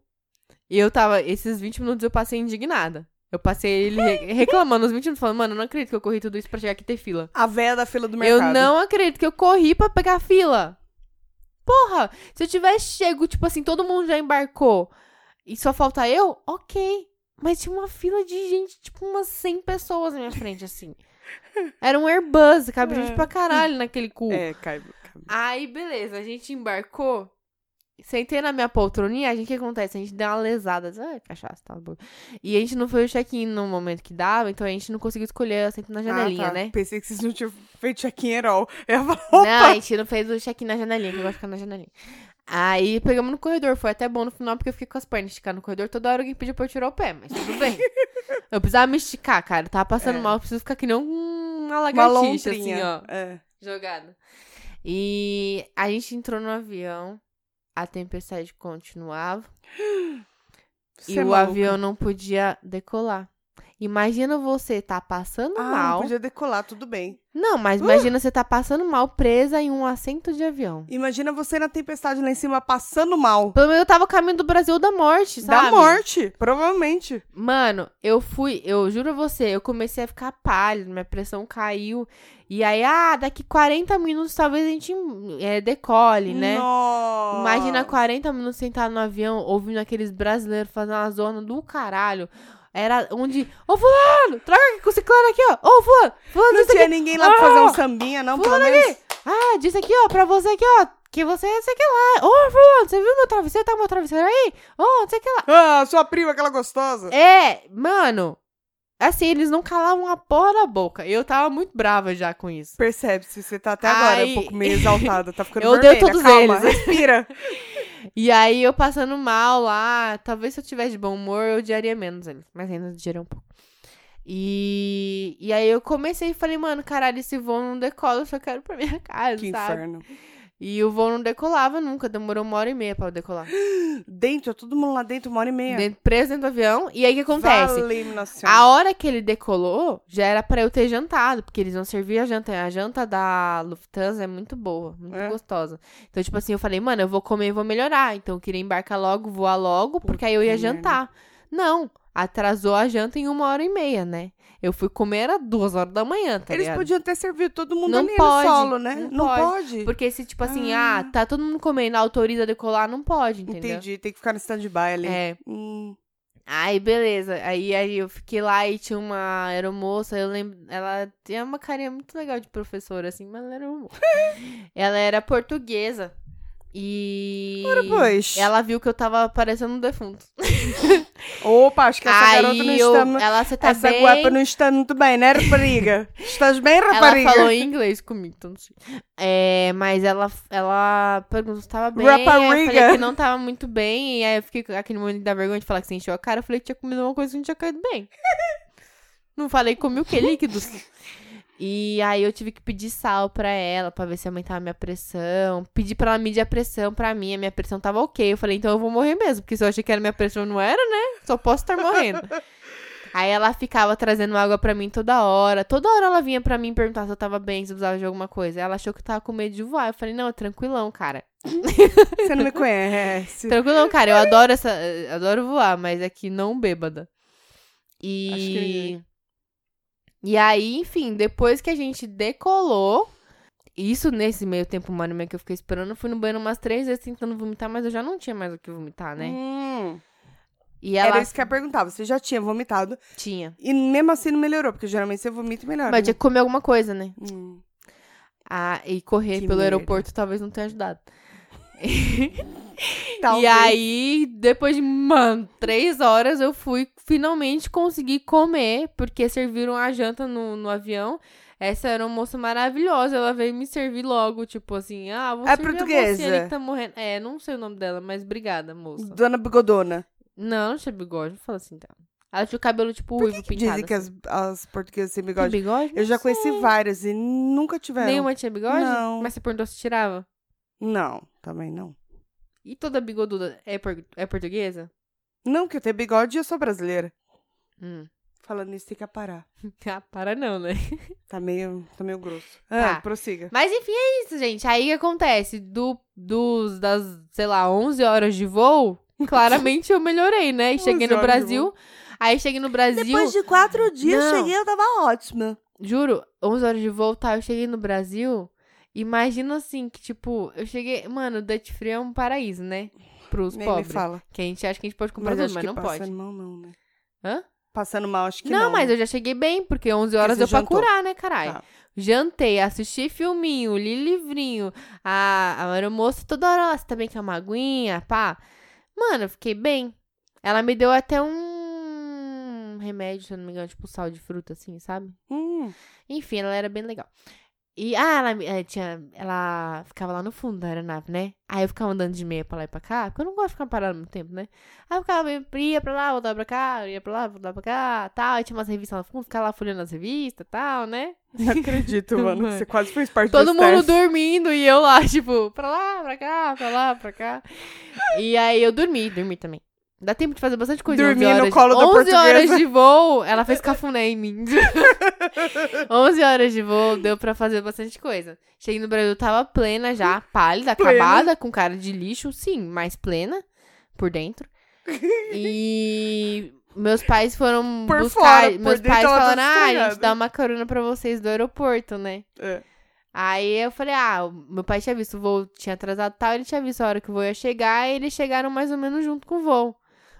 E eu tava, esses 20 minutos eu passei indignada. Eu passei ele re- reclamando os 20 minutos, falando, mano, eu não acredito que eu corri tudo isso pra chegar aqui e ter fila. A véia da fila do Eu mercado. não acredito que eu corri pra pegar fila. Porra, se eu tivesse chego, tipo assim, todo mundo já embarcou e só falta eu, ok. Mas tinha uma fila de gente, tipo umas 100 pessoas na minha frente, assim. Era um Airbus, cabe gente É. pra caralho naquele cu. É, cai. cai. Aí, beleza, a gente embarcou. Sentei na minha poltroninha, a gente, o que acontece? A gente deu uma lesada. diz, Ah, cachaça, tá bom. E a gente não foi o check-in no momento que dava, então a gente não conseguiu escolher assento na janelinha, Ah, tá. né? Pensei que vocês não tinham feito check-in at all. Eu ia falar, Não, a gente não fez o check-in na janelinha, que eu gosto de ficar na janelinha. Aí pegamos no corredor, foi até bom no final, porque eu fiquei com as pernas esticadas no corredor. Toda hora alguém pediu pra eu tirar o pé, mas tudo bem. Eu precisava me esticar, cara. Eu tava passando É. mal, eu preciso ficar que nem um uma uma lagartixa, assim, lontrinha. ó. É. Jogada. E a gente entrou no avião, a tempestade continuava, Você e é o maluca. avião não podia decolar. Imagina você tá passando Ah, mal. não podia Ah. decolar, tudo bem. Não, mas imagina você tá passando mal presa em um assento de avião. Imagina você na tempestade lá em cima, passando mal. Pelo menos eu tava caminho do Brasil da morte, sabe? Da morte, provavelmente. Mano, eu fui, eu juro a você, eu comecei a ficar pálido, minha pressão caiu. E aí, ah, daqui 40 minutos talvez a gente é, decole, né? Nossa. Imagina 40 minutos sentado no avião, ouvindo aqueles brasileiros fazendo uma zona do caralho. Era onde. Ô, fulano! Troca aqui com o ciclano aqui, ó! Ô, fulano! Fulano, Não isso tinha aqui! ninguém lá pra fazer Ah! um sambinha, não, pelo menos. Ah, disse aqui, ó, pra você aqui, ó! Que você é, não sei o que lá! Ô, fulano, você viu meu travesseiro? Tá meu travesseiro aí? Ô, não sei o que lá! Ah, sua prima, aquela gostosa. É, mano. Assim, eles não calavam a porra da boca. Eu tava muito brava já com isso. Percebe-se, você tá até agora Ai. um pouco meio exaltada, tá ficando Eu odeio vermelha. todos Calma, eles. respira. E aí eu passando mal lá. Talvez se eu tivesse de bom humor, eu odiaria menos eles. Mas ainda odiaria um pouco. E, e aí eu comecei e falei, mano, caralho, esse voo não decola, eu só quero ir pra minha casa, Que sabe? inferno. E o voo não decolava nunca, demorou uma hora e meia pra eu decolar. Dentro, é todo mundo lá dentro, uma hora e meia. Dentro, preso dentro do avião, e aí o que acontece? Vale, nossa senhora. A hora que ele decolou, já era pra eu ter jantado, porque eles vão servir a janta. A janta da Lufthansa é muito boa, muito É. gostosa. Então, tipo assim, eu falei, mano, eu vou comer e vou melhorar. Então, eu queria embarcar logo, voar logo, porque aí eu ia Puta merda. jantar. Não, atrasou a janta em uma hora e meia, né? Eu fui comer, era duas horas da manhã, tá Eles ligado? podiam ter servido todo mundo Não ali pode, no solo, né? não Não pode. Porque se, tipo assim, ah. tá todo mundo comendo, autoriza a decolar, não pode, entendeu? Entendi, tem que ficar no stand-by ali. É, Hum, Aí, beleza. Aí, aí eu fiquei lá e tinha uma aeromoça, eu lembro. Ela tinha uma carinha muito legal de professora, assim, mas ela era uma. ela era portuguesa. E. pois. Ela viu que eu tava parecendo um defunto. Opa, acho que essa garota não aí eu, está... mu- ela, você tá essa bem? guapa não está muito bem, né, rapariga? Estás bem, Ela rapariga? falou em inglês comigo, então não sei. É, mas ela, ela perguntou se tava bem. Aí eu falei Rapariga. que não tava muito bem. E aí eu fiquei com aquele momento da vergonha de falar que você encheu a cara. Eu falei que tinha comido uma coisa que não tinha caído bem. não falei, comi o que? Líquidos. E aí eu tive que pedir sal pra ela, pra ver se aumentava a minha pressão. Pedi pra ela medir a pressão pra mim, a minha pressão tava ok. Eu falei, então eu vou morrer mesmo, porque se eu achei que era minha pressão, não era, né? Só posso estar morrendo. Aí ela ficava trazendo água pra mim toda hora. Toda hora ela vinha pra mim perguntar se eu tava bem, se eu precisava de alguma coisa. Ela achou que eu tava com medo de voar. Eu falei, não, é tranquilão, cara. Você não me conhece. Tranquilão, cara. Eu adoro essa. eh, Adoro voar, mas é que não bêbada. Acho E. que- E aí, enfim, depois que a gente decolou. Isso nesse meio tempo, mano, meio que eu fiquei esperando, eu fui no banheiro umas três vezes tentando vomitar, mas eu já não tinha mais o que vomitar, né? Hum, E era ela isso que eu ia perguntar. Você já tinha vomitado tinha. e mesmo assim não melhorou, porque geralmente você vomita e melhora. Mas tinha que comer alguma coisa, né? Hum. Ah, e correr Que pelo merda. aeroporto talvez não tenha ajudado. Talvez. E aí, depois de, mano, três horas, eu fui finalmente conseguir comer, porque serviram a janta no, no avião. Essa era uma moça maravilhosa, ela veio me servir logo, tipo assim, ah, vou É servir a portuguesa? mocinha ali que tá morrendo. É, não sei o nome dela, mas obrigada, moça. Dona Bigodona. Não, não tinha bigode, vou falar assim, então. Ela tinha o cabelo, tipo, Por que, ruivo que pintado. dizem que assim. as, as portuguesas têm Tem bigode? bigode? Eu já conheci várias e nunca tiveram. Nenhuma tinha bigode? Não. Mas você perguntou se tirava? Não, também não. E toda bigoduda é, por- é portuguesa? Não, que eu tenho bigode e eu sou brasileira. Hum. Falando isso, tem que parar. Ah, para não, né? Tá meio, tá meio grosso. Ah, Tá. prossiga. Mas enfim, é isso, gente. Aí o que acontece? Do, dos, das, sei lá, 11 horas de voo, claramente eu melhorei, né? E 11 cheguei no horas de Brasil. Aí cheguei no Brasil. de quatro dias, Não. cheguei, eu tava ótima. Juro, 11 horas de voo, tá? Eu cheguei no Brasil. Imagina assim, que tipo, eu cheguei. Mano, Dutch Free é um paraíso, né? Pros Nem pobres. me fala. Que a gente acha que a gente pode comprar Mas tudo, acho mas que não passando pode. mal não, né? Hã? Passando mal, acho que não. né? Não, mas eu já cheguei bem, porque 11 horas você deu pra jantou. curar, né, caralho? Tá. Jantei, assisti filminho, li livrinho, a, a aeromoça toda hora, "Ah, você também quer uma aguinha, pá. Mano, eu fiquei bem. Ela me deu até um remédio, se eu não me engano, tipo sal de fruta, assim, sabe? Hum, Enfim, ela era bem legal. E, ah, ela, me- eh, tinha, ela ficava lá no fundo da aeronave, né? Aí eu ficava andando de meia pra lá e pra cá, porque eu não gosto de ficar parada muito tempo, né? Aí eu ficava, meio- ia pra lá, voltava pra cá, ia pra lá, voltava pra cá, tal. Aí tinha umas revistas lá no fundo, ficava lá folhando as revistas, tal, né? não acredito, mano. que Você quase fez parte Todo dos mundo testes. dormindo e eu lá, tipo, pra lá, pra cá, pra lá, pra cá. E aí eu dormi, dormi também. Dá tempo de fazer bastante coisa. Dormi 11 no horas, colo da 11 horas portuguesa. de voo, ela fez cafuné em mim. 11 horas de voo, deu pra fazer bastante coisa. Cheguei no Brasil, tava plena já, pálida, Plena. acabada, com cara de lixo, sim, mas plena por dentro. E meus pais foram Por buscar, fora, por meus dentro pais ela tá falaram, ah, a desesperada." gente dá uma carona pra vocês do aeroporto, né? É. Aí eu falei, ah, o meu pai tinha visto o voo, tinha atrasado e tal, ele tinha visto a hora que o voo ia chegar, e eles chegaram mais ou menos junto com o voo.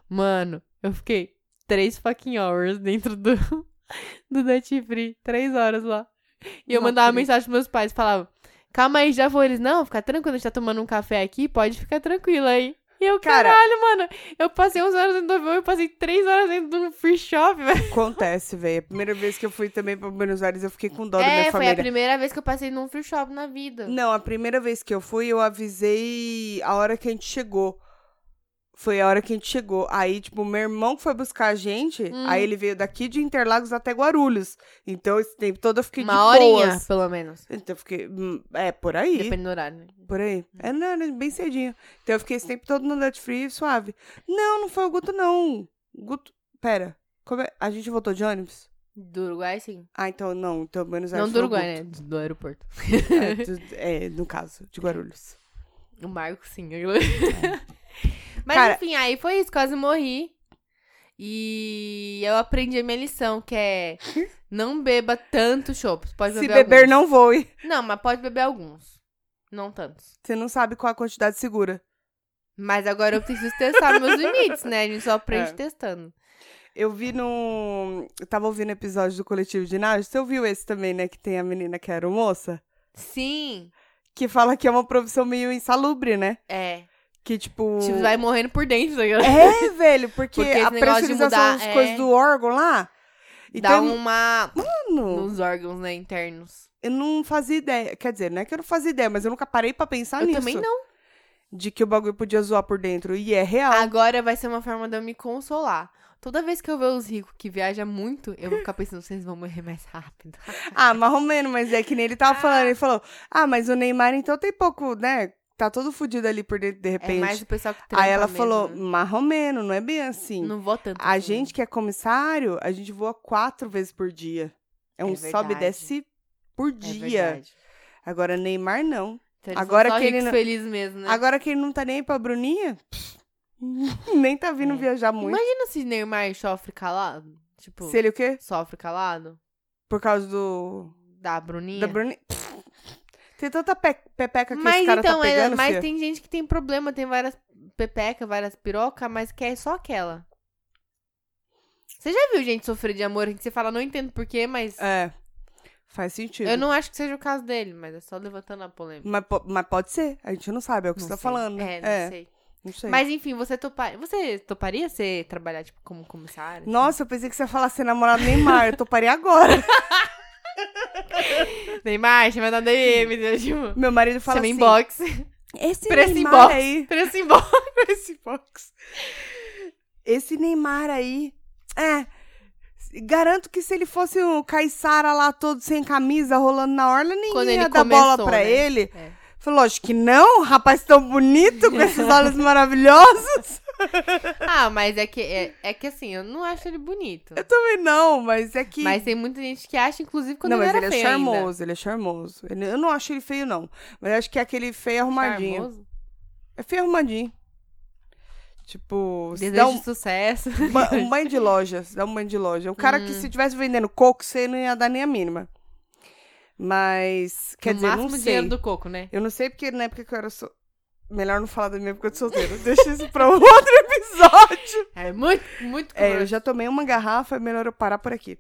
Mano, eu fiquei três fucking hours dentro do, do Duty Free, três horas lá. E eu Não mandava acredito. mensagem pros meus pais, falava, calma aí, já vou. Eles, não, fica tranquilo, a gente tá tomando um café aqui, pode ficar tranquilo aí. E eu, Cara- caralho, mano, eu passei 11 horas dentro do voo, eu passei três horas dentro de um free shop, velho. Acontece, velho. A primeira vez que eu fui também pra Buenos Aires, eu fiquei com dó da É, minha foi a família. primeira vez que eu passei num free shop na vida. Não, a primeira vez que eu fui, eu avisei a hora que a gente chegou. Foi a hora que a gente chegou. Aí, tipo, meu irmão que foi buscar a gente, Hum. aí ele veio daqui de Interlagos até Guarulhos. Então, esse tempo todo eu fiquei Uma de horinha, boas. pelo menos. Então, eu fiquei... hum, É, por aí. Depende do horário. né? Por aí. É, não, era bem cedinho. Então, eu fiquei esse tempo todo no Dutch Free, suave. Não, não foi o Guto, não. Guto... Pera. Como é? A gente voltou de ônibus? Do Uruguai, sim. Ah, então, não. Então, Buenos Aires Não do foi o Uruguai, né? Guto. Do do aeroporto. É, do- é, no caso, de É. Guarulhos. O Marco, sim. Mas É. Cara- enfim, aí foi isso. Quase morri. E eu aprendi a minha lição, que é não beba tanto chopp. Pode Se beber beber, alguns. não voe. Não, mas pode beber alguns. Não tantos. Você não sabe qual a quantidade segura. Mas agora eu preciso testar meus limites, né? A gente só aprende É. testando. Eu vi no. Eu tava ouvindo episódio do Coletivo de Ginásio. Você ouviu esse também, né? Que tem a menina que era moça? Sim, Que fala que é uma profissão meio insalubre, né? é. Que tipo. Tipo, vai morrendo por dentro. tá ligado? É, velho, porque, Porque esse a negócio de pressurização mudar, das é. coisas do órgão lá. Dá um Então, uma... mano, Nos órgãos, né, internos. eu não fazia ideia. Quer dizer, não é que eu não fazia ideia, mas eu nunca parei pra pensar eu nisso. também não. Ah. De que o bagulho podia zoar por dentro. E é real. Agora vai ser uma forma de eu me consolar. Toda vez que eu ver os ricos que viajam muito, eu vou ficar pensando, vocês vão morrer mais rápido. Ah, mais ou menos, mas é que nem ele tava falando. Ele falou: Ah, mas o Neymar então tem pouco, né? tá todo fudido ali por dentro, de repente. É mais o pessoal que trampa Aí ela mesmo, falou, né? marromeno, não é bem assim. Não vou tanto. A assim. gente que é comissário, a gente voa quatro vezes por dia. É É um sobe e verdade. desce por É dia. verdade. Agora, Neymar não. Então, eles Agora são só que ele ricos não- felizes mesmo, né? Agora que ele não tá nem aí pra Bruninha, nem tá vindo É. viajar muito. Imagina se Neymar sofre calado. Tipo, Se ele o quê? sofre calado. Por causa do. Da Bruninha. Da Bruninha. Tem tanta pe- pepeca que mas esse cara então, tá é- pegando, mas fia. tem gente que tem problema, tem várias pepeca, várias piroca, mas quer só aquela. Você já viu gente sofrer de amor que você fala, não entendo porquê, mas. É. Faz sentido. Eu não acho que seja o caso dele, mas é só levantando a polêmica. Mas, po- mas pode ser. A gente não sabe, é o que Não você tá sei. falando. né? É, não é, sei. não sei. Mas enfim, você toparia. Você toparia você trabalhar, tipo, como comissário? Nossa, eu pensei que você ia falar ser namorado Neymar. Eu toparia agora. Neymar, chama na DM, né, tipo. Meu marido fala Chama assim... inbox. Esse Pra esse Neymar box. aí... Preço inbox. Esse box. Esse Neymar aí... É... Garanto que se ele fosse o Caissara lá todo sem camisa, rolando na orla, nem Quando ia ele dar bola começou, pra né? ele. É. Falei, lógico que não, rapaz tão bonito, com esses olhos maravilhosos. Ah, mas é que, é, é que assim, eu não acho ele bonito. Eu também não, mas é que... Mas tem muita gente que acha, inclusive, quando não, ele mas ele era é feio ainda. charmoso, ele é charmoso. Ele- eu não acho ele feio, não. Mas eu acho que é aquele feio arrumadinho. Charmoso. É feio arrumadinho. Tipo, se Desejo dá um, de sucesso. ba- um banho de loja. Se dá um banho de loja. O cara Hum. que se tivesse vendendo coco, você não ia dar nem a mínima. Mas, quer no dizer, máximo não sei. dinheiro do coco, né? Eu não sei porque na época que eu era so... Melhor não falar da minha época de solteiro. Deixa isso pra um outro episódio. É muito, muito É, eu grosso. já tomei uma garrafa, é melhor eu parar por aqui.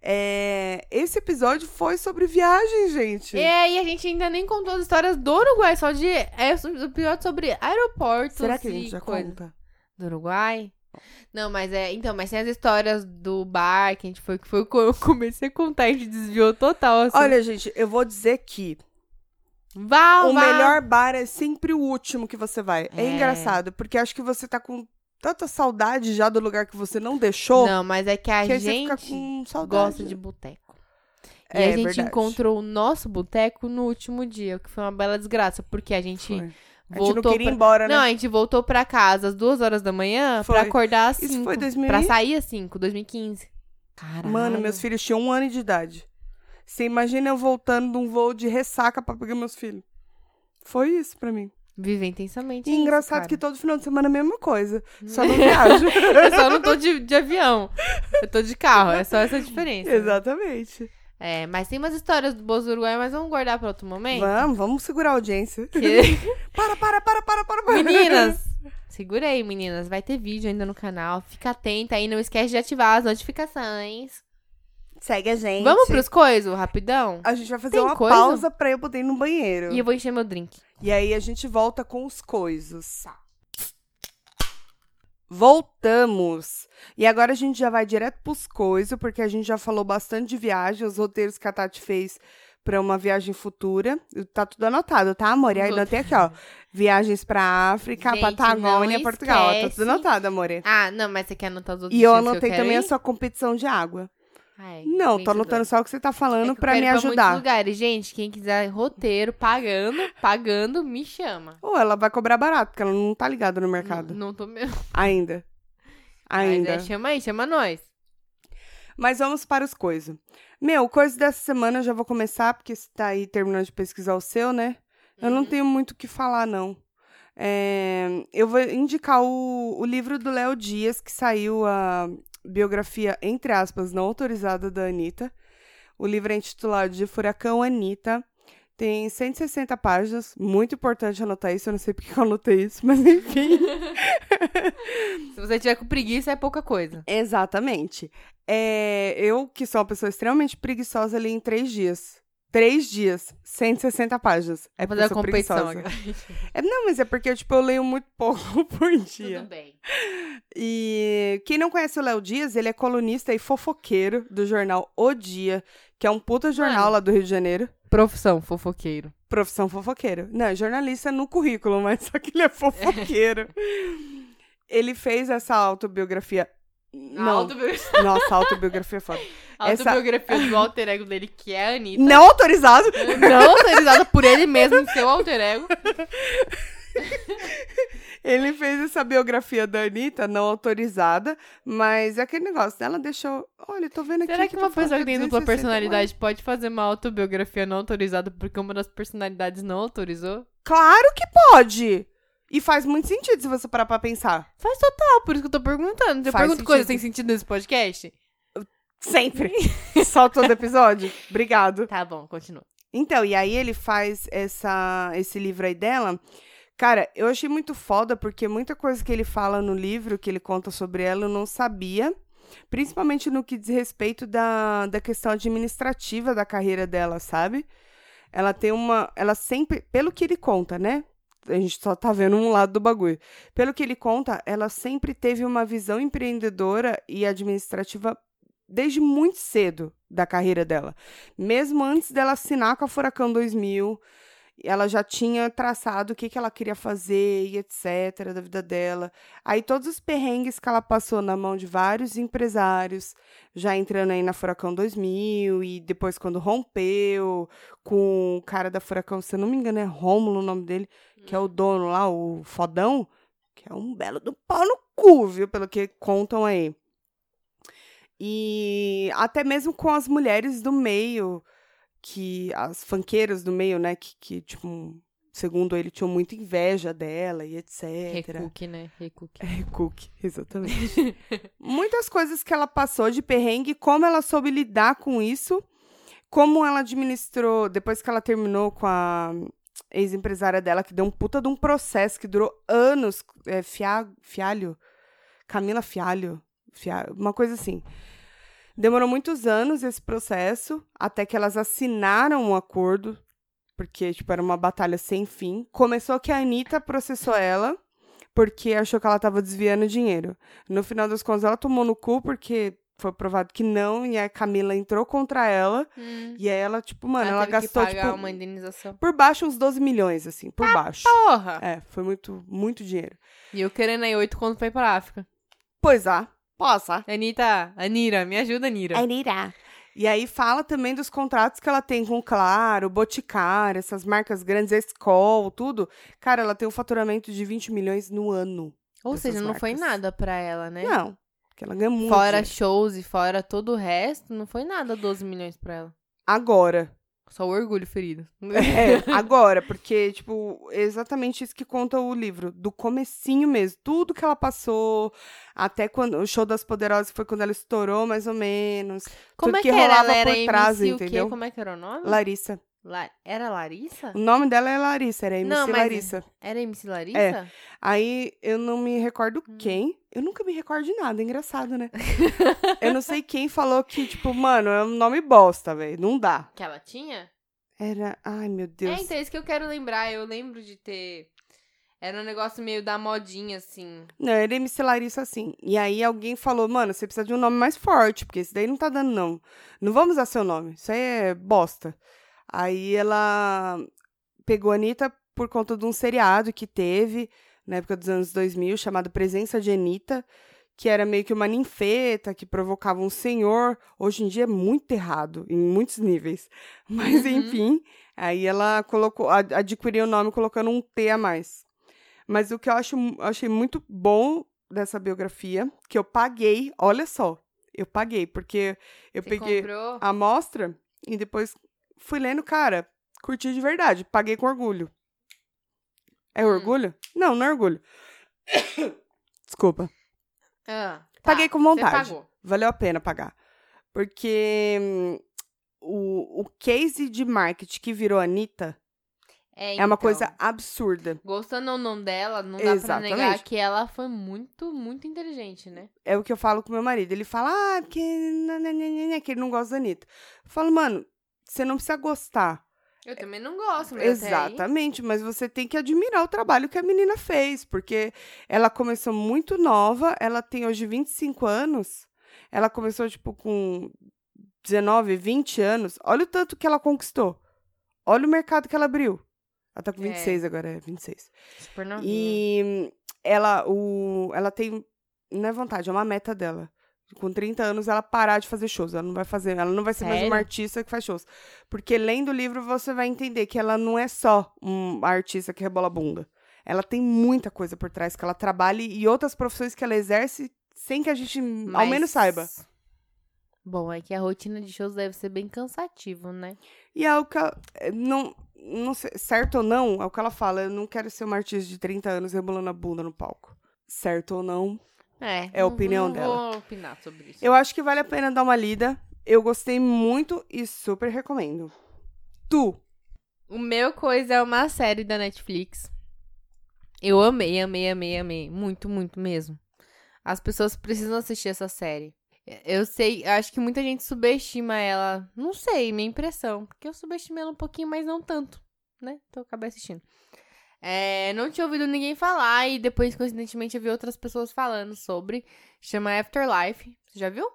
É, esse episódio foi sobre viagem, gente. É, e a gente ainda nem contou as histórias do Uruguai, só de. É o pior sobre aeroportos. Será que a gente e já coisa. conta? Do Uruguai? Não, mas é. Então, mas tem as histórias do bar que a gente foi, que foi quando eu comecei a contar, a gente desviou total. Assim. Olha, gente, eu vou dizer que vá, o vá. melhor bar é sempre o último que você vai. É, É. engraçado, porque acho que você tá com tanta saudade já do lugar que você não deixou, Não, mas é que a que aí gente você fica com saudade. gosta de boteco. E É, a gente verdade. encontrou o nosso boteco no último dia, o que foi uma bela desgraça, porque a gente Foi. A gente não voltou. queria ir embora, pra... não, é né? a gente voltou pra casa às duas horas da manhã Foi. pra acordar às Isso 5. foi 2000 e- Pra sair assim, às 5, 2015. Caralho. Uhum. Mano, meus filhos tinham um ano de idade. Você imagina eu voltando de um voo de ressaca pra pegar meus filhos. Foi isso pra mim. Viver intensamente. E é isso, engraçado cara. É né? que todo final de semana é a mesma coisa. Só não viajo. Eu só não tô de, de avião. Eu tô de carro. É só essa a diferença. Exatamente. É, mas tem umas histórias do Bozo do Uruguai, mas vamos guardar pra outro momento. Vamos, vamos segurar a audiência. Que- Para, para, para, para, para, para. Meninas! Segura aí, meninas. Vai ter vídeo ainda no canal. Fica atenta aí. Não esquece de ativar as notificações. Segue a gente. Vamos pros coisos, rapidão? A gente vai fazer Tem uma coisa? pausa pra eu poder ir no banheiro. E E, eu vou encher meu drink. aí a gente volta com os coisos. Tá. Voltamos! E agora a gente já vai direto pros coisos, porque a gente já falou bastante de viagem, os roteiros que a Tati fez pra uma viagem futura. Tá tudo anotado, tá, amore? Aí Os anotei aqui, ó. Viagens pra África, Gente, Patagônia, não Portugal. Ó, Tá esquece. tudo anotado, amore. Ah, não, mas você quer anotar os outros E eu dias que anotei quero também ir? a sua competição de água. Ai, Não, tô vencedora. anotando só o que você tá falando É que eu pra quero me ir muitos ajudar. lugares. Gente, quem quiser roteiro, pagando, pagando, me chama. Ou ela vai cobrar barato, porque ela não tá ligada no Não, mercado. não tô mesmo. Ainda. Ainda. Uhum. Mas é, chama aí, chama nós. Mas vamos para os coisas. Meu, coisa dessa semana eu já vou começar, porque você tá aí terminando de pesquisar o seu, né? Eu não tenho muito o que falar, não. É, eu vou indicar o, o livro do Léo Dias, que saiu a biografia, entre aspas, não autorizada da Anitta. O livro é intitulado De Furacão Anitta. Tem 160 páginas, muito importante anotar isso, eu não sei porque que eu anotei isso, mas enfim. Se você tiver com preguiça, é pouca coisa. Exatamente. É, eu, que sou uma pessoa extremamente preguiçosa, li em três dias. Três dias, 160 páginas. É Vou fazer a pessoa competição. preguiçosa. agora. É, não, mas é porque tipo, eu leio muito pouco por dia. Tudo bem. E quem não conhece o Léo Dias, ele é colunista e fofoqueiro do jornal O Dia, que é um puta jornal Mano. lá do Rio de Janeiro. Profissão, fofoqueiro. Profissão fofoqueiro. Não, é jornalista no currículo, mas só que ele é fofoqueiro. ele fez essa autobiografia A Não. autobiografia, Nossa, a autobiografia é foda. a Essa- autobiografia do alter ego dele, que é a Anitta. Não autorizado. Não autorizada por ele mesmo, em seu alter ego. Ele fez essa biografia da Anitta, não autorizada, mas é aquele negócio. Ela deixou. Olha, eu tô vendo aqui. Será que uma tá falando pessoa que tem dupla 261. personalidade pode fazer uma autobiografia não autorizada porque uma das personalidades não autorizou? Claro que pode! E faz muito sentido se você parar pra pensar. Faz total, por isso que eu tô perguntando. Eu Faz pergunto coisas sentido. sem sentido nesse podcast? Sempre. Só todo episódio. Obrigado. Tá bom, continua. Então, e aí ele faz essa, esse livro aí dela. Cara, eu achei muito foda, porque muita coisa que ele fala no livro, que ele conta sobre ela, eu não sabia. Principalmente no que diz respeito da, da questão administrativa da carreira dela, sabe? Ela tem uma. Ela sempre. Pelo que ele conta, né? A gente só tá vendo um lado do bagulho. Pelo que ele conta, ela sempre teve uma visão empreendedora e administrativa desde muito cedo da carreira dela mesmo antes dela assinar com a Furacão 2000, ela já tinha traçado o que, que ela queria fazer e etc, da vida dela. Aí todos os perrengues que ela passou na mão de vários empresários, já entrando aí na Furacão 2000 e depois quando rompeu com o cara da Furacão, se eu não me engano é Rômulo o nome dele, que é o dono lá, o fodão, que é um belo do pau no cu, viu, pelo que contam aí. E até mesmo com as mulheres do meio, que as fanqueiras do meio, né, que, que tipo, segundo ele, tinham muita inveja dela e etc. Recook, né? Recook. É, Cook, exatamente. Muitas coisas que ela passou de perrengue, como ela soube lidar com isso, como ela administrou, depois que ela terminou com a ex-empresária dela, que deu um puta de um processo que durou anos, é, Fia- Fialho, Camila Fialho, Fia- uma coisa assim. Demorou muitos anos esse processo, até que elas assinaram um acordo, porque, tipo, era uma batalha sem fim. Começou que a Anitta processou ela, porque achou que ela tava desviando dinheiro. No final das contas, ela tomou no cu porque foi provado que não, e a Camila entrou contra ela, e aí ela, tipo, mano, ela, gastou, Hum. que pagar tipo, uma indenização. por baixo uns 12 milhões, assim, por baixo. Porra! É, foi muito, muito dinheiro. E eu querendo aí oito conto pra ir pra África. Pois ah, possa. Anitta, Anira, me ajuda, Anira. Anira. E aí fala também dos contratos que ela tem com Claro, Boticário, essas marcas grandes, a Skol, tudo. Cara, ela tem um faturamento de 20 milhões no ano. Ou dessas seja, não foi marcas. nada pra ela, né? Não, porque ela ganha muito. Fora dinheiro. shows e fora todo o resto, não foi nada 12 milhões pra ela. agora. Só o orgulho ferido. É, agora, porque, tipo, é exatamente isso que conta o livro, do comecinho mesmo, tudo que ela passou, até quando o show das Poderosas foi quando ela estourou, mais ou menos. Como tudo é que que, era? rolava Ela era por trás, MC o quê? entendeu? Como é que era o nome? Larissa. La- Era Larissa? O nome dela é Larissa, era MC Não, mas- Larissa. Era MC Larissa? É. Aí eu não me recordo Hum. quem. Eu nunca me recordo de nada, é engraçado, né? eu não sei quem falou que, tipo, mano, é um nome bosta, velho. Não dá. Que ela tinha? Era. Ai, meu Deus. É, então é isso que eu quero lembrar. Eu lembro de ter... Era um negócio meio da modinha, assim. Não, era MC Larissa assim. E aí alguém falou, mano, você precisa de um nome mais forte, porque esse daí não tá dando, não. Não vamos usar seu nome, isso aí é bosta. Aí ela pegou a Anitta por conta de um seriado que teve na época dos anos 2000, chamado Presença de Anitta, que era meio que uma ninfeta que provocava um senhor. Hoje em dia é muito errado, em muitos níveis. Mas Uhum. enfim, aí ela colocou, ad- adquiriu o nome colocando um T a mais. Mas o que eu acho, eu achei muito bom dessa biografia, que eu paguei, olha só, eu paguei, porque eu Você peguei comprou? a amostra e depois fui lendo, cara, curti de verdade, paguei com orgulho. É Hum. orgulho? Não, não é orgulho. Desculpa. Ah, tá. Paguei com vontade. Você pagou. Valeu a pena pagar. Porque hum, o, o case de marketing que virou a Anitta É, é uma então. coisa absurda. Gostando ou não dela, não dá pra negar Exatamente. que ela foi muito, muito inteligente, né? É o que eu falo com meu marido. Ele fala, ah, porque nananana, que ele não gosta da Anitta. Eu falo, mano, você não precisa gostar. Eu também não gosto, mas até aí- Exatamente, mas você tem que admirar o trabalho que a menina fez, porque ela começou muito nova, ela tem hoje 25 anos, ela começou, tipo, com 19, 20 anos. Olha o tanto que ela conquistou. Olha o mercado que ela abriu. Ela tá com É. 26 agora, é 26. Super novinha. E ela, o, ela tem. Não é vontade, é uma meta dela. com 30 anos ela parar de fazer shows. Ela não vai fazer, ela não vai ser mais Sério? uma artista que faz shows. Porque lendo o livro você vai entender que ela não é só uma artista que rebola a bunda. Ela tem muita coisa por trás que ela trabalha e outras profissões que ela exerce sem que a gente ao Mas- menos saiba. Bom, é que a rotina de shows deve ser bem cansativo, né? E é o que ela, é, não, não sei, certo ou não, é o que ela fala, eu não quero ser uma artista de 30 anos rebolando a bunda no palco. Certo ou não, É. É a opinião não, dela. Não vou opinar sobre isso. Eu acho que vale a pena dar uma lida. Eu gostei muito e super recomendo. Tu. O meu coisa é uma série da Netflix. Eu amei, amei, amei, amei. Muito, muito mesmo. As pessoas precisam assistir essa série. Eu sei, eu acho que muita gente subestima ela. Não sei, minha impressão. Porque eu subestimei ela um pouquinho, mas não tanto, né? Então eu acabei assistindo. É, não tinha ouvido ninguém falar e depois, coincidentemente, eu vi outras pessoas falando sobre. Chama Afterlife. Você já viu?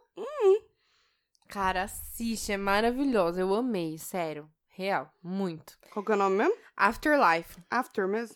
Cara, assiste, é maravilhosa. Eu amei, sério. Real, muito. Qual que é o nome mesmo? Afterlife. After mesmo?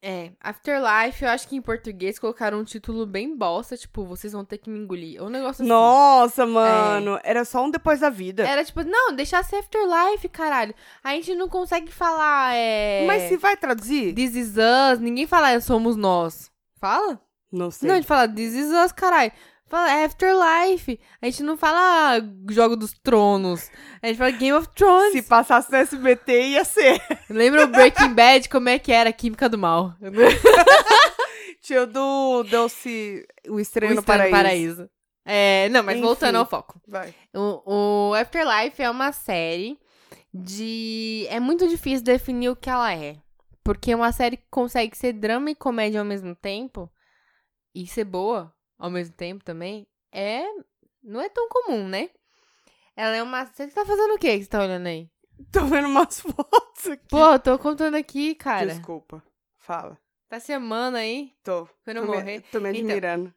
É, Afterlife, eu acho que em português colocaram um título bem bosta, tipo, vocês vão ter que me engolir. É um negócio assim. Nossa, mano. É. Era só um depois da vida. Era tipo, não, deixasse Afterlife, caralho. A gente não consegue falar, é... Mas se vai traduzir? This is us, ninguém fala "É, somos nós. Fala? Não sei. Não, a gente fala This is us, caralho. Fala é Afterlife. A gente não fala "Ah, Jogo dos Tronos. A gente fala Game of Thrones. se passasse no SBT, ia ser. Lembra o Breaking Bad, como é que era a química do mal? Tio do Deu-se o O Estranho Estranho no Paraíso. paraíso. É, não, mas Enfim. voltando ao foco. Vai. O, o Afterlife é uma série de. É muito difícil definir o que ela é. Porque é uma série que consegue ser drama e comédia ao mesmo tempo. E ser boa ao mesmo tempo também. É. Não é tão comum, né? Ela é uma. Você tá fazendo o que que você tá olhando aí? Tô vendo umas fotos aqui. Pô, eu tô contando aqui, cara. Desculpa. Fala. Tá semana aí. Tô. Pra eu não tô morrer. Me, tô me Então. admirando.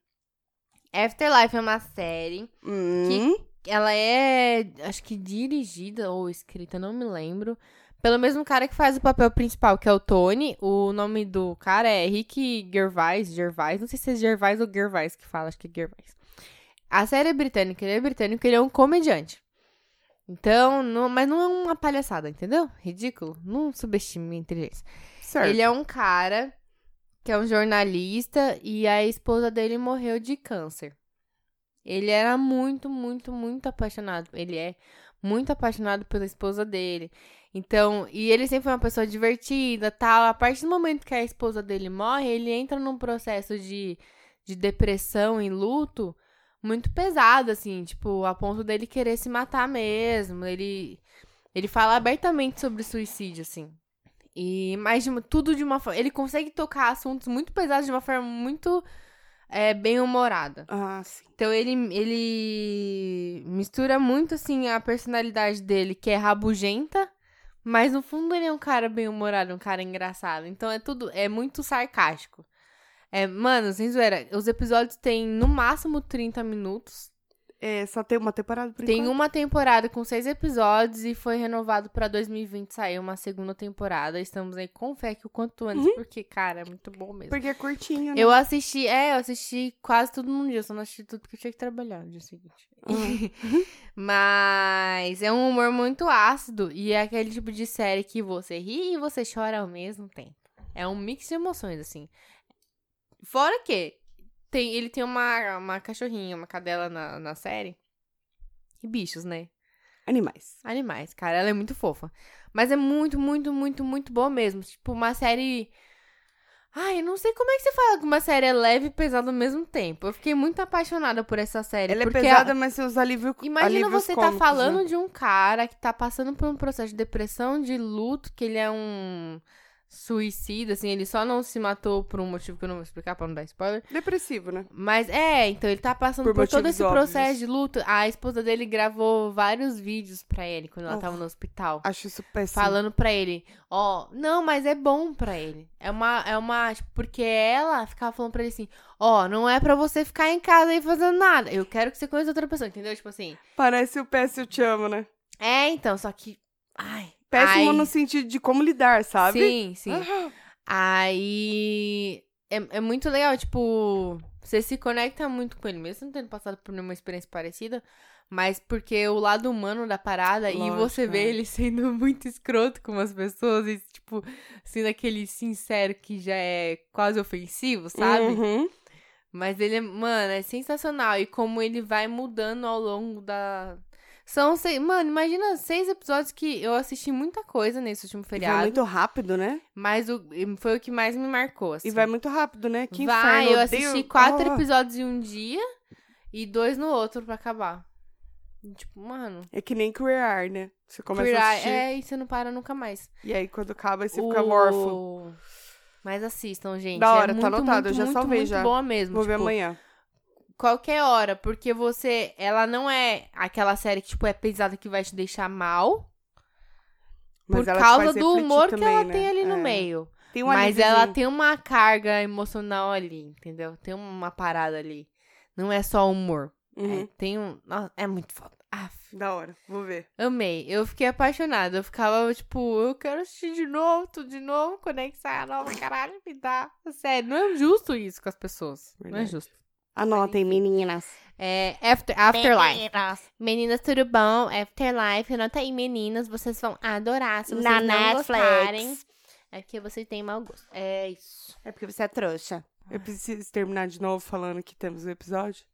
Afterlife é uma série. Hum, Ela é, acho que dirigida ou escrita, não me lembro. Pelo mesmo cara que faz o papel principal, que é o Tony. O nome do cara é Rick Gervais, Gervais. Não sei se é Gervais ou Gervais que fala, acho que é Gervais. A série é britânica, ele é britânico, ele é um comediante. Então, não- mas não é uma palhaçada, entendeu? Ridículo. Não subestime a inteligência. certo. Ele é um cara que é um jornalista e a esposa dele morreu de câncer. Ele era muito, muito, muito apaixonado. Ele é muito apaixonado pela esposa dele. Então, e ele sempre foi uma pessoa divertida, tal. A partir do momento que a esposa dele morre, ele entra num processo de, de depressão e luto muito pesado, assim, tipo, a ponto dele querer se matar mesmo. Ele, ele fala abertamente sobre suicídio, assim. E mais de uma- tudo de uma forma. Ele consegue tocar assuntos muito pesados de uma forma muito é, bem humorada. Ah, sim. Então ele, ele mistura muito assim a personalidade dele, que é rabugenta, mas no fundo ele é um cara bem humorado, um cara engraçado. Então é tudo, é muito sarcástico. É, mano, sem zoeira, os episódios têm no máximo 30 minutos. É, só tem uma temporada por Tem enquanto. uma temporada com seis episódios e foi renovado pra 2020 sair uma segunda temporada. Estamos aí com fé que o quanto antes, porque, cara, é muito bom mesmo. Uhum. Porque é curtinho, né? Eu assisti, é, eu assisti quase tudo num dia, eu só não assisti tudo porque eu tinha que trabalhar no dia seguinte. né? Mas é um humor muito ácido e é aquele tipo de série que você ri e você chora ao mesmo tempo. É um mix de emoções, assim. Fora que tem, ele tem uma, uma cachorrinha, uma cadela na, na série. E bichos, né? Animais. Animais, cara, ela é muito fofa. Mas é muito, muito, muito, muito boa mesmo. Tipo, uma série. Ai, eu não sei como é que você fala que uma série é leve e pesada ao mesmo tempo. Eu fiquei muito apaixonada por essa série. Ela é porque pesada, mas você usa alívio Imagina alívios você cômicos, tá falando né? de um cara que tá passando por um processo de depressão, de luto, que ele é um suicida, assim, ele só não se matou por um motivo que eu não vou explicar pra não dar spoiler. Depressivo, né? Mas é, então ele tá passando Por por, todo motivos esse óbvios. processo de luto. A esposa dele gravou vários vídeos pra ele quando ela Uf. tava no hospital. Acho isso péssimo. Falando pra ele, ó, não, mas é bom pra ele. É uma, é uma, tipo, porque ela ficava falando pra ele assim, ó, não é pra você ficar em casa aí fazendo nada. Eu quero que você conheça outra pessoa, entendeu? Tipo assim, Parece o péssimo te amo, né? é, então, só que, ai. Péssimo ai, Ah. no sentido de como lidar, sabe? Sim, sim. Ah, Aí é, é muito legal, tipo, você se conecta muito com ele, mesmo não tendo passado por nenhuma experiência parecida, mas porque o lado humano da parada e você Lógico, vê é. ele sendo muito escroto com as pessoas e, tipo, sendo aquele sincero que já é quase ofensivo, sabe? Uhum. Mas ele, é, mano, é sensacional. E como ele vai mudando ao longo da. São seis. Mano, imagina seis episódios que eu assisti muita coisa nesse E último vai feriado. muito rápido, né? Mas o, foi o que mais me marcou. Assim. E vai muito rápido, né? Que Vai, inferno. eu odeio- assisti quatro Ah, episódios em um dia e dois no outro pra acabar. E, Tipo, mano. É que nem Queer Eye, né? Você começa Queer a Eye- assistir, é, e você não para nunca mais. e aí quando acaba, você O- fica morfo. Mas assistam, gente. Da É hora, tá muito, anotado, eu muito, já muito, salvei muito já. boa mesmo. Vou ver tipo, amanhã. qualquer hora, porque você, ela não é aquela série que tipo é pesada que vai te deixar mal Mas por ela te causa faz do refletir humor que também, ela né? tem ali no É. meio. Tem um Mas ela alíviozinho. tem uma carga emocional ali, entendeu? Tem uma parada ali. Não é só humor. Uhum. É, tem um, nossa, é muito foda. Aff, Da hora, vou ver. amei. Eu fiquei apaixonada. Eu ficava tipo, eu quero assistir de novo, tudo de novo, quando é que sai a nova, caralho, me dá. Sério, não é justo isso com as pessoas. Não é Verdade. justo. Anotem, meninas. É after, Afterlife. Meninas. Meninas, tudo bom? Afterlife, anota aí, meninas, vocês vão adorar. Se vocês Na não Netflix. gostarem, é porque vocês têm mau gosto. É isso. É porque você é trouxa. Eu preciso terminar de novo falando que temos um episódio.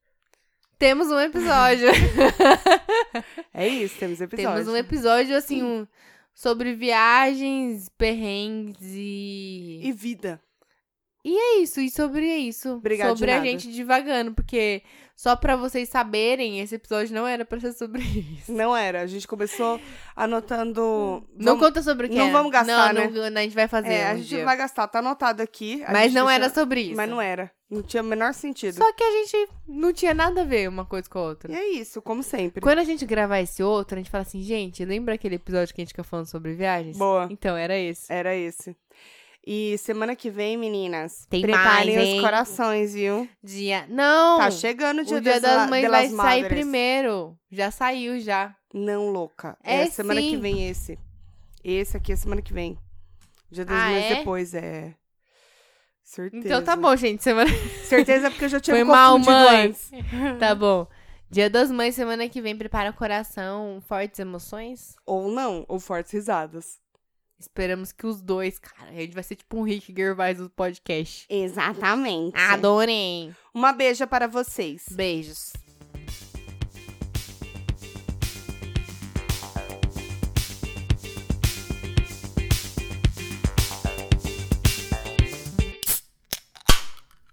Temos um episódio. É isso, temos episódio. Temos um episódio, assim, um- sobre viagens, perrengues e... E vida. É isso, e sobre isso. Obrigada de sobre a nada. gente divagando, porque só pra vocês saberem, esse episódio não era pra ser sobre isso. Não era, a gente começou anotando. Não Vamos- conta sobre o que não era. vamos gastar, né? não, não, a gente vai fazer É, a um gente dia. vai gastar, tá anotado aqui. a Mas gente não deixa- era sobre isso. Mas não é era. Não tinha o menor sentido. Só que a gente não tinha nada a ver uma coisa com a outra. E é isso, como sempre. Quando a gente gravar esse outro, a gente fala assim, gente, lembra aquele episódio que a gente fica falando sobre viagens? Boa. É. Então, era esse. Era esse. E semana que vem, meninas, Tem preparem mais, os hein? corações, viu? Dia. Não! Tá chegando o dia, o Dia das, das la- Mães de vai las sair Madres. primeiro. Já saiu, já. Não, louca. É, É semana que sim. vem esse. Esse aqui é semana que vem. Dia das Ah, mães é? depois, é. Certeza. Então tá bom, gente. Semana Certeza porque eu já tinha um Foi me mal, confundido mãe. antes. tá bom. Dia das Mães, semana que vem, prepara o coração, fortes emoções. Ou não, ou fortes risadas. Esperamos que os dois, cara. A gente vai ser tipo um Rick Gervais do podcast. Exatamente. Ah, Adorem! Uma beija para vocês. Beijos.